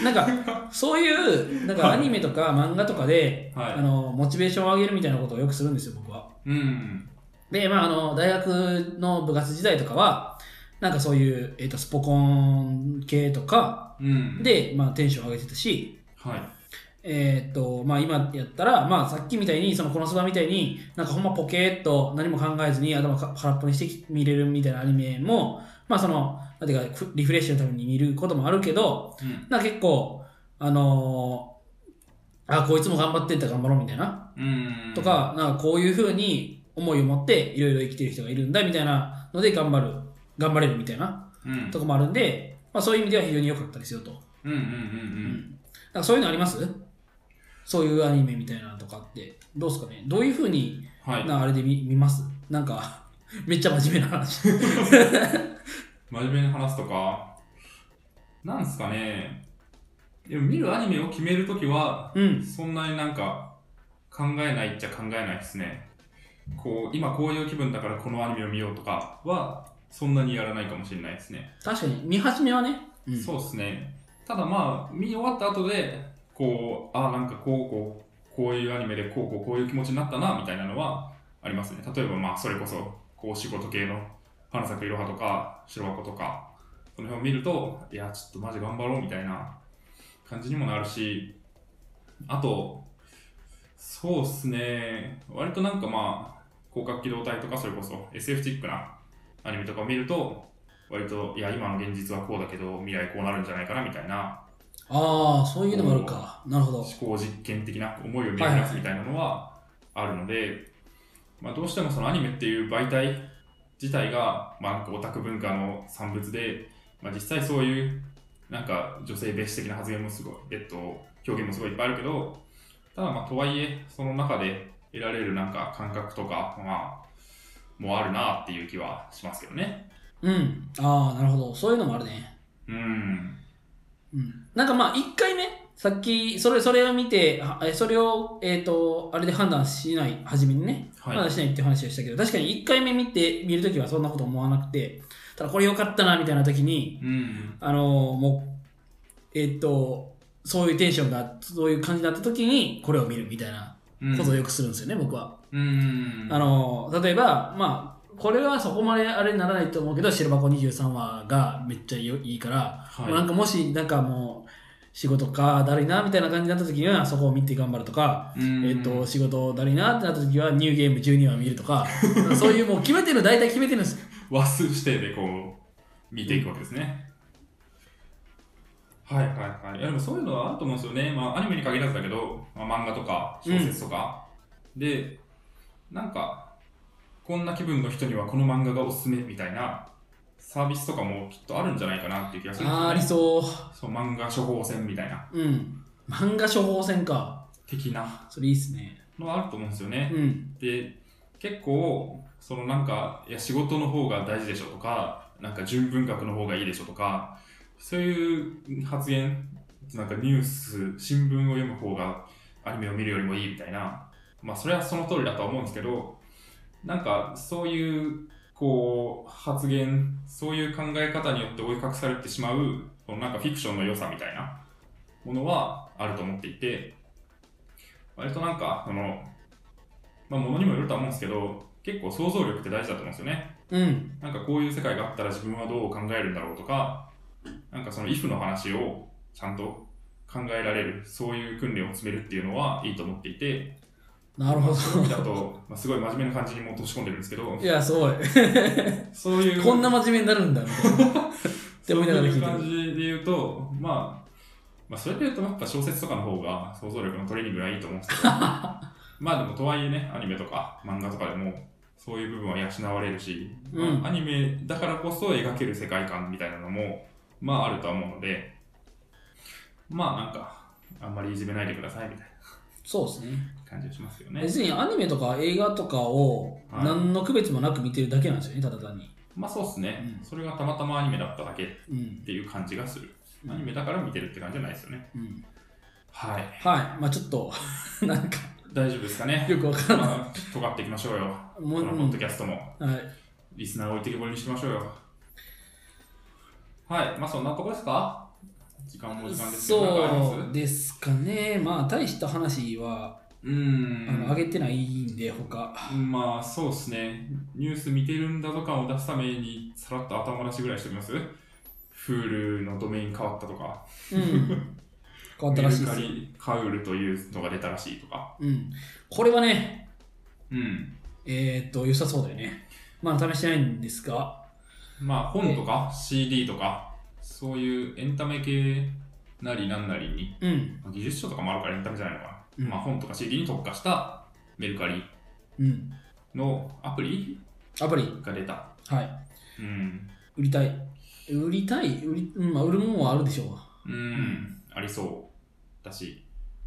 なんか、そういう、なんかはアいニメとか漫画とかで、はいあの、モチベーションを上げるみたいなことをよくするんですよ、僕は。うん。で、まあ、あの、大学の部活時代とかは、なんかそういう、えっ、と、スポコン系とかうん。、で、まあ、テンション上げてたし、はい。えっ、と、まあ、今やったら、まあ、さっきみたいに、その、このそばみたいに、なんかほんまポケーっと何も考えずに頭か空っぽにして見れるみたいなアニメも、まあ、その、なんていうか、ふリフレッシュのために見ることもあるけど、うん。なんか結構、あのーあ、こいつも頑張ってったら頑張ろうみたいな、うん。と、か、なんかこういうふうに思いを持って、いろいろ生きてる人がいるんだみたいなので、頑張る、頑張れるみたいなうん。とこもあるんで、まあ、そういう意味では非常に良かったですよと。うんうんうんう。うんんなんかそういうのありますそういうアニメみたいなのとかって、どうですかねどういうふうに、はい。なあれで見見ますなんか、 めっちゃ真面目な話。真面目に話すとか、なんすかね。でも見るアニメを決めるときは、うん。そんなになんか考えないっちゃ考えないですね。こう、今こういう気分だからこのアニメを見ようとかは、そんなにやらないかもしれないですね。確かに、見始めはね、うんそうですね。ただまあ、見終わった後で、こう、ああ、なんかこう、こう、こういうアニメでこう、こう、こういう気持ちになったな、みたいなのはありますね。例えばまあ、それこそ、こう、仕事系の、花咲くいろはとか、白箱とか、その辺を見ると、いや、ちょっとマジ頑張ろう、みたいな感じにもなるし、あと、そうですね、割となんかまあ、広角機動隊とか、それこそ SF チックなアニメとかを見ると、割と、いや、今の現実はこうだけど、未来こうなるんじゃないかなみたいな、ああ、そういうのもあるか。なるほど思。考実験的な思いを巡らすみたいなのはあるので、まあ、どうしてもそのアニメっていう媒体自体が、まあ、なんかオタク文化の産物で、まあ、実際そういう、なんか女性蔑視的な発言もすごい、えっと、表現もすごいいっぱいあるけど、ただまあ、とはいえ、その中で得られるなんか感覚とか、まあ、もあるなっていう気はしますけどね。うん。ああ、なるほど。そういうのもあるね。うん。うん。なんかまあ、一回目、さっき、それ、それを見て、あえそれを、えっ、と、あれで判断しない、初めにね。はい判断しないっていう話をしたけど、確かに1回目見て、見るときはそんなこと思わなくて、ただこれ良かったな、みたいなときに、うん。あのもう、えっ、と、そういうテンションが、そういう感じになったときに、これを見るみたいなうんことをよくするんですよね、僕は。うん。あの例えば、まあ、これはそこまであれにならないと思うけど、白箱23話がめっちゃよいいから、はいもうなんかもし、なんかもう、仕事か、だるいな、みたいな感じになった時には、そこを見て頑張るとか、うんえっと、仕事だるいなってなった時は、ニューゲーム12話見ると か、そういうもう決めてる、大体決めてるんです。和数指定でこう見ていくわけですね、はいはいはいいやでもそういうのはあると思うんですよね、まあ、アニメに限らずだけど、まあ、漫画とか小説とか、でなんかこんな気分の人にはこの漫画がおすすめみたいなサービスとかもきっとあるんじゃないかなっていう気がするんですあよー、ありねそそう漫画処方箋みたいなう。うん。漫画処方箋か。的なそれいいっすね。のはあると思うんですよね、うん。で結構そのなんかいや仕事の方が大事でしょとかなんか純文学の方がいいでしょとかそういう発言なんかニュース新聞を読む方がアニメを見るよりもいいみたいなまあそれはその通りだとは思うんですけどなんかそういうこう発言そういう考え方によって追い隠されてしまうこのなんかフィクションの良さみたいなものはあると思っていて割となんかそのまあ、ものにもよるとは思うんですけど、結構想像力って大事だと思うんですよね。うん。なんかこういう世界があったら自分はどう考えるんだろうとか、なんかその if の話をちゃんと考えられる、そういう訓練を詰めるっていうのはいいと思っていて、なるほまあそういう意味だど。と、まあ、すごい真面目な感じにもう落とし込んでるんですけど い、や、すごい。そういう、こんな真面目になるんだ、みたいな。 って思いながら聞いてるそういう感じで言うと、まあ、まあ、それで言うとやっぱ小説とかの方が想像力のトレーニングがいいと思うんです けど、まあでもとはいえね、アニメとか漫画とかでも、そういう部分は養われるし、うんまあアニメだからこそ描ける世界観みたいなのも、まああるとは思うので、まあなんか、あんまりいじめないでくださいみたいそうですね。な感じがしますよね。別にアニメとか映画とかをはい何の区別もなく見てるだけなんですよね、ただ単に。まあそうですね、うんそれがたまたまアニメだっただけっうん。ていう感じがする。アニメだから見てるって感じじゃないですよね。うん、はい。はい、まあちょっと、なんか、大丈夫ですかね。よくわからない。まあ、尖っていきましょうよ。もこうのポッドキャストも、うんはい、リスナーを置いてけぼりにしましょうよ。はい、まあそんなとこですか時間も時間ですけど、なんかありますそうですかね、まあ大した話は、うあのーん。上げてないんで、他。まあそうですね。ニュース見てるんだとかを出すために、さらっと頭出しぐらいしておきます ?Hulu のドメイン変わったとか、うん。変わったらしいでメすル。カリカウルというのが出たらしいとか。うん。これはね、うん。えー、っと、良さそうだよね。まあ試してないんですが、まあ本とか CD とか、そういうエンタメ系なりなんなりにうん。まあ技術書とかもあるからエンタメじゃないのかな、うんまあ、本とか CD に特化したメルカリうん。のアプリアプリ、が出た、はい。うん売りたい。売りたい売り、うん、まあ売るもんはあるでしょうが。うんありそうだし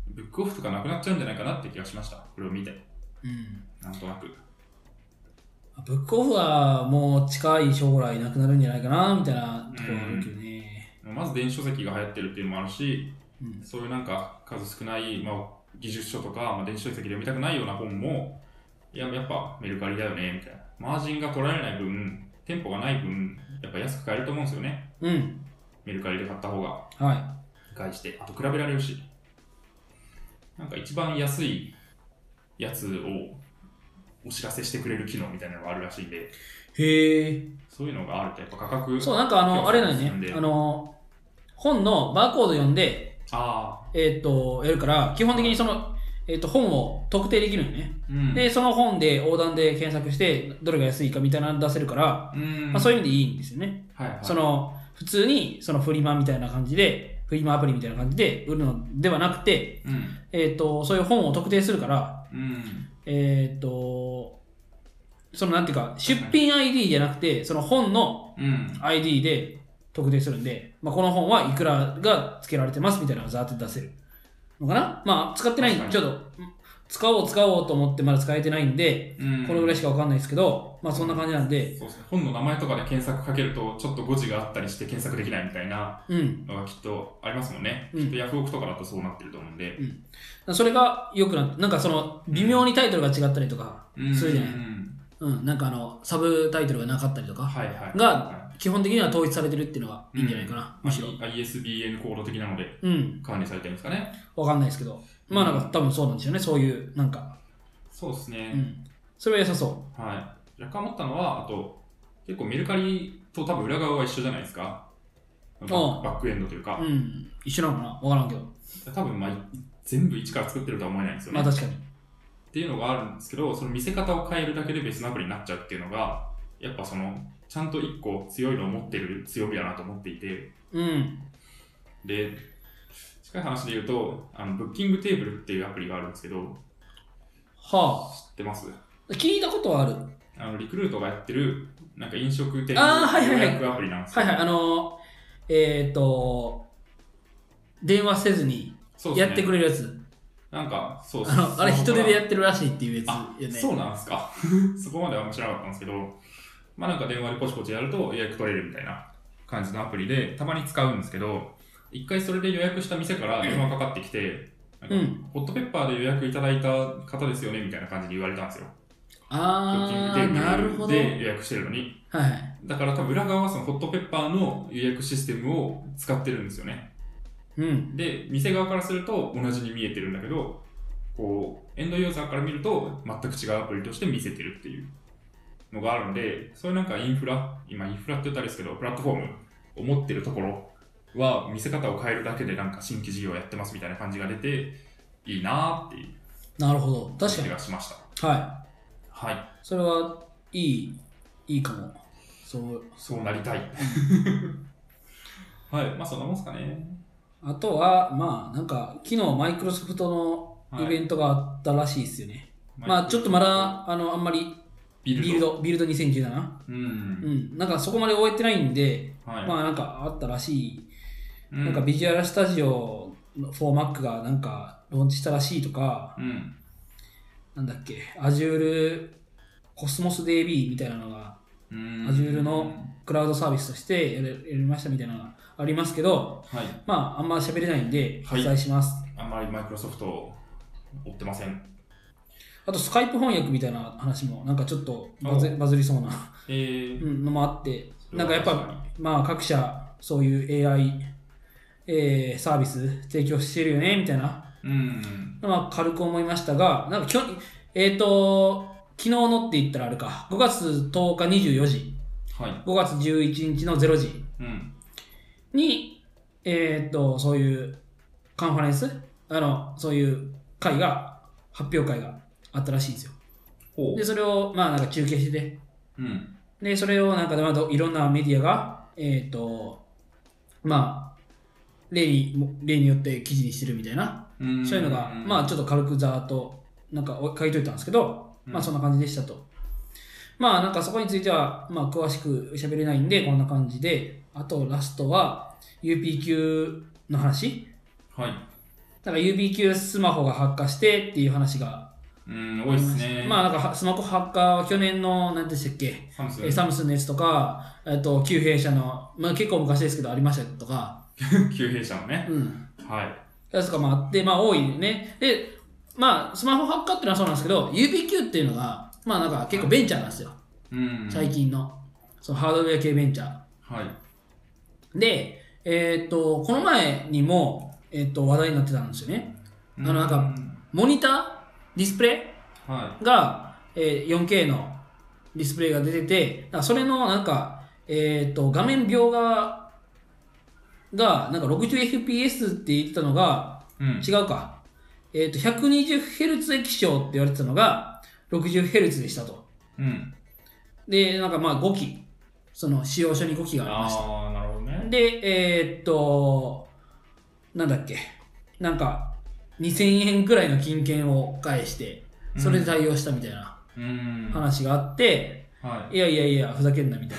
ブックオフとかなくなっちゃうんじゃないかなって気がしましたこれを見てうん。なんとなくブックオフはもう近い将来なくなるんじゃないかなみたいなところはあるけどね。まず電子書籍が流行ってるっていうのもあるしうん。そういうなんか数少ない、まあ、技術書とか、まあ、電子書籍で読みたくないような本もいややっぱメルカリだよねみたいなマージンが取られない分店舗がない分やっぱ安く買えると思うんですよねうん。メルカリで買った方がは理解して、あと比べられるし、なんか一番安いやつをお知らせしてくれる機能みたいなのがあるらしいんで、い。へえ。そういうのがあるとやっぱ価格、そう、なんかあの、あれだよなんねで。あの、本のバーコード読んで、あえっ、と、やるから、基本的にその、えっ、と、本を特定できるよね。あ、うん。で、その本で横断で検索して、どれが安いかみたいなの出せるから、うん、まあ、そういう、いうのでいいんですよね。はいはい、その、普通に、そのフリマみたいな感じで、フリマアプリみたいな感じで売るのではなくて、うん、えっ、と、そういう本を特定するから、うん、えっ、と、そのなんていうか、出品 ID じゃなくて、その本のうん、 ID で特定するんで、まあ、この本はいくらが付けられてますみたいなのがざーっと出せるのかなまあ、使ってないんで、確ちょかっと、うん使おう使おうと思ってまだ使えてないんで、うん、これぐらいししかわかんないですけど、まあ、そんな感じなんで、そうですね、本の名前とかで検索かけると、ちょっと誤字があったりして検索できないみたいなうん。のがきっとありますもんね。うんきっとヤフオクとかだとそうなってると思うんで。それが良くなって、なんかその、微妙にタイトルが違ったりとか、うん、そうじゃないん、うん、なんかあの、サブタイトルがなかったりとか、はいはい。が、基本的には統一されてるっていうのがいいんじゃないかな、まむあ、しろ。 ISBN コード的なのでうん、管理されてるんですかね。わかんないですけど、まあなんか多分そうなんですよね、そういう、なんか、そうですうね。ん。それは良さそはい。若干思ったのは、あと、結構メルカリと多分裏側は一緒じゃないですか。バああッバックエンドというかう。う、ん、一緒なのかなわからんけど。多分まあい全部一から作ってるとは思えないんですよね。まあ確かに。っていうのがあるんですけど、その見せ方を変えるだけで別のアプリになっちゃうっていうのが、やっぱその、ちゃんと一個強いのを持ってる強みだなと思っていて、うん。で、近い話で言うと、あのブッキングテーブルっていうアプリがあるんですけど、知はってますあ。聞いたことはある。あのリクルートがやってる、なんか飲食店あーはいはい予はい約アプリなんですはよいはい、あのー、えっ、と、電話せずにそうですやねってくれるやつ。なんか、そうあのあれ、人手でやっってるらしいっていうやあつよね。そうなんですか。 そこまではあんま知らなかったんですけど、まあなんか電話でポチポチやると予約取れるみたいな感じのアプリで、たまに使うんですけど、一回それで予約した店から電話かかってきて、なんかうんホットペッパーで予約いただいた方ですよねみたいな感じで言われたんですよ。あー、ブなるッキンほグど。はテいーブルで予約してるのに。はい。だから多分裏側はそのホットペッパーの予約システムを使ってるんですよね。うん。で、店側からすると同じに見えてるんだけど、こう、エンドユーザーから見ると全く違うアプリとして見せてるっていうのがあるんで、そういうなんかインフラ、今インフラって言ったらあれですけど、プラットフォームを持ってるところは見せ方を変えるだけでなんか新規事業やってますみたいな感じが出て、いいなーっていうなるほど。確か感じがしました。に。はい。はい。それは、いい、いいかも。そう。そうなり たい。はい。まあそんなもんすかね。あとは、まあ、なんか、昨日、マイクロソフトのイベントがあったらしいですよね。まあ、ちょっとま、だ、あの、あんまり、ビビル。ド、ビルド2017。うん。うん、なんかそこまで終えてないんで、はい。まあなんかあったらしい、うなんか、ビジュアルスタジオの 4Mac がなんかローンチしたらしいとか、うん。なんだっけ、Azure Cosmos DB みたいなのが、うん。 Azure のクラウドサービスとしてやれやりましたみたいなのがありますけど、はい。まああんま喋れないんで、はい割愛します。あんまりマイクロソフトを追ってません。あと、スカイプ翻訳みたいな話も、なんかちょっとバズおバズりそうなえーうんのもあって、それなんはかやっぱ確か、まあ、各社、そういう AI、えーサービス提供してるよね、みたいな、うん。まあ、軽く思いましたが、なんかきょ、えっ、と、昨日のって言ったらあれか、5月10日24時、はい。 5月11日の0時うん。に、えっ、と、そういうカンファレンス、あの、そういう会が、発表会があったらしいんですよ。ほで、それを、まあ、なんか中継してて、う。うん。で、それをなんか、まあ、いろんなメディアが、えっ、と、まあ、例にも例によって記事にしてるみたいな、うんそういうのが、まあ、ちょっと軽くざーっと、なんかお書いといたんですけど、まあ、そんな感じでしたと。まあ、なんかそこについては、まあ、詳しく喋れないんで、こんな感じで、あと、ラストは、UPQ の話。はい。なんか UPQ スマホが発火してっていう話が、うん、多いですね。まああ、なんかはスマホ発火は去年の、なんでしたっけ、サムスンえーサムスンのやつとか、えっと旧弊社の、まあ、結構昔ですけどありましたとか、旧弊社のね。うん、はい。やつとかもあって、まあ、多いね。で、まあ、スマホ発火っていうのはそうなんですけど、UPQ っていうのが、まあ、なんか結構ベンチャーなんですよ、うん。最近の、そのハードウェア系ベンチャー。はい。で、えーっと、この前にも、えーっと、話題になってたんですよね。あのなんかモニターディスプレはイが、えー 4K のディスプレイが出てて、だからそれのなんか、えーっと、画面描画が、なんか 60fps って言ってたのが、い。うん。違うか。えっ、と、120Hz 液晶って言われてたのが、60Hz でしたと。うん。で、なんかまあ5機、その使用書に5機がありましああ、なるほどた。ね。で、えっ、と、なんだっけ、なんか、2000円くらいの金券を返して、それで対応したみたいなうん。話があって、はいやいやいや、ふざけんなみた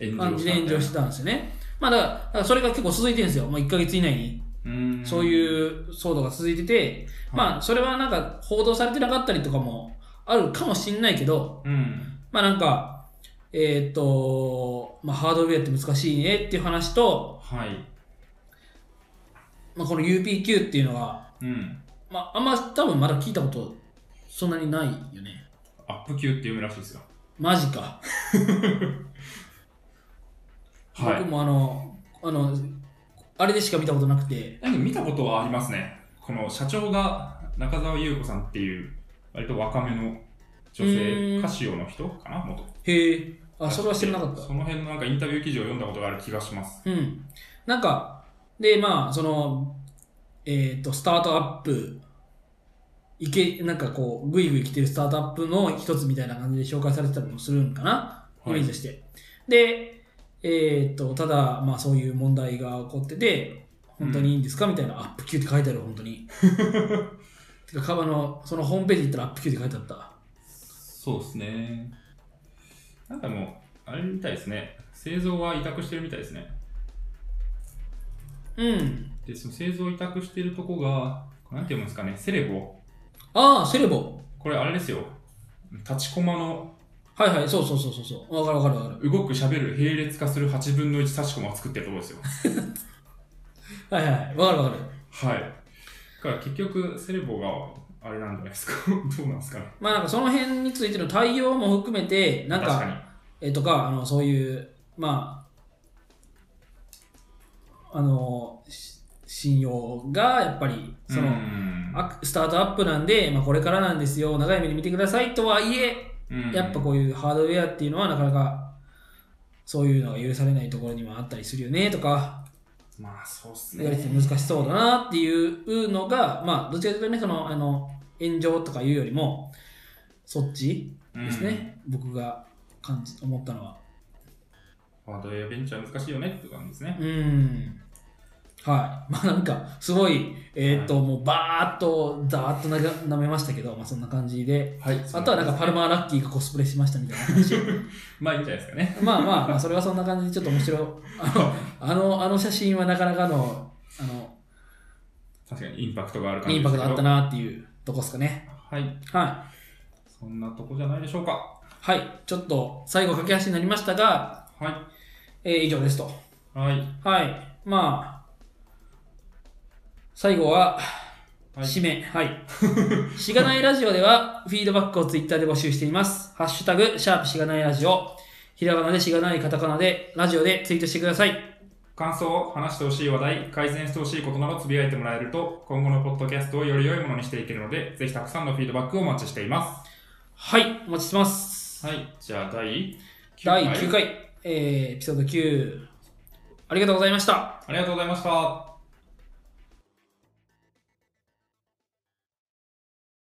いい。。な感じで炎上しててたんですよね。まあだから、だからそれが結構続いてるんですよ。もう1ヶ月以内にうん。そういう騒動が続いてて、まあ、それはなんか報道されてなかったりとかもあるかもしんないけど、うん。まあなんか、えーっと、まあハードウェアって難しいねっていう話と、はい。まあこの UPQ っていうのは、うん。まああんま多分まだ聞いたことそんなにないよね。アップ級って読むらしいですよ。マジか。 はい僕。もあの、あの、あれでしか見たことなくて、なんか見たことはありますね。この社長が中澤優子さんっていう、割と若めの女う性、んカシオの人かな元。へえ、あ、それは知らなかった。その辺のなんかインタビュー記事を読んだことがある気がします。うん。なんか、で、まあ、その、えっ、と、スタートアップ、いけ、なんかこう、ぐいぐい来てるスタートアップの一つみたいな感じで紹介されてたりもするんかな、イはメーいジとして。で、えっ、と、ただ、まあ、そういう問題が起こってて、本当にいいんですかみたいな、アップ級って書いてある、本当に。てか、カバの、そのホームページ行ったらアップ級って書いてあった。そうですね。なんかもう、あれみたいですね。製造は委託してるみたいですね。うん。で、その製造委託してるとこが、なんて読むんですかね、セレボ。ああ、セレボ。これあれですよ。立ちコマのはいはい、そうそうそうそうそう。わかるわかるわかる。動く喋る並列化する8分の1立ちコマを作ってるところですよ。はいはい、わかるわかる。はい。だから結局、セレボがあれなんじゃないですか。 どうなんですかね。まあなんかその辺についての対応も含めて、なん確かか、えとか、あの、そういう、まあ、あの、し信用がやっぱり、に。その、うんあスタートアップなんで、まあこれからなんですよ、長い目で見てくださいとはいえ、うんやっぱこういうハードウェアっていうのはなかなか、そういうのが許されないところにもあったりするよねとか、まあ、そうっすやりね。て難しそうだなっていうのが、まあどっちかというとね、その、あの、炎上とかいうよりも、そっちですね、僕が感じ思ったのは。うん。ハードウェアベンチャー難しいよねって感じですね。うん。はい。 まあなんか、すごい、えっ、と、もうバーっと、ざーっとなが舐めましたけど、まあそんな感じで。はい。あとはなんか、パルマーラッキーがコスプレしましたみたいな 話。まあいいんじゃないですかね。まあまあまあ、それはそんな感じで、ちょっと面白い。あの、あの、あの写真はなかなかの、あの、確かにインパクトがある感じインでパすクけどトあったなっていうとこですかね。はい。はそんなとこじゃないでしょうかい。。はい。ちょっと、最後、駆け足になりましたが、はえー以上ですと。い。はい。はい。まあ、最後は、はい締め。はい。 しがないラジオでは、フィードバックをツイッターで募集しています。ハッシュタグ、シャープしがないラジオ。ひらがなでしがない、カタカナで、ラジオでツイートしてください。感想、話してほしい話題、改善してほしいことなどつぶやいてもらえると、今後のポッドキャストをより良いものにしていけるので、ぜひたくさんのフィードバックをお待ちしていまはい。お待ちしてます。す。はい。じゃあ、第9第9回、えー、エピソード9。ありがとうございました。ありがとうございました。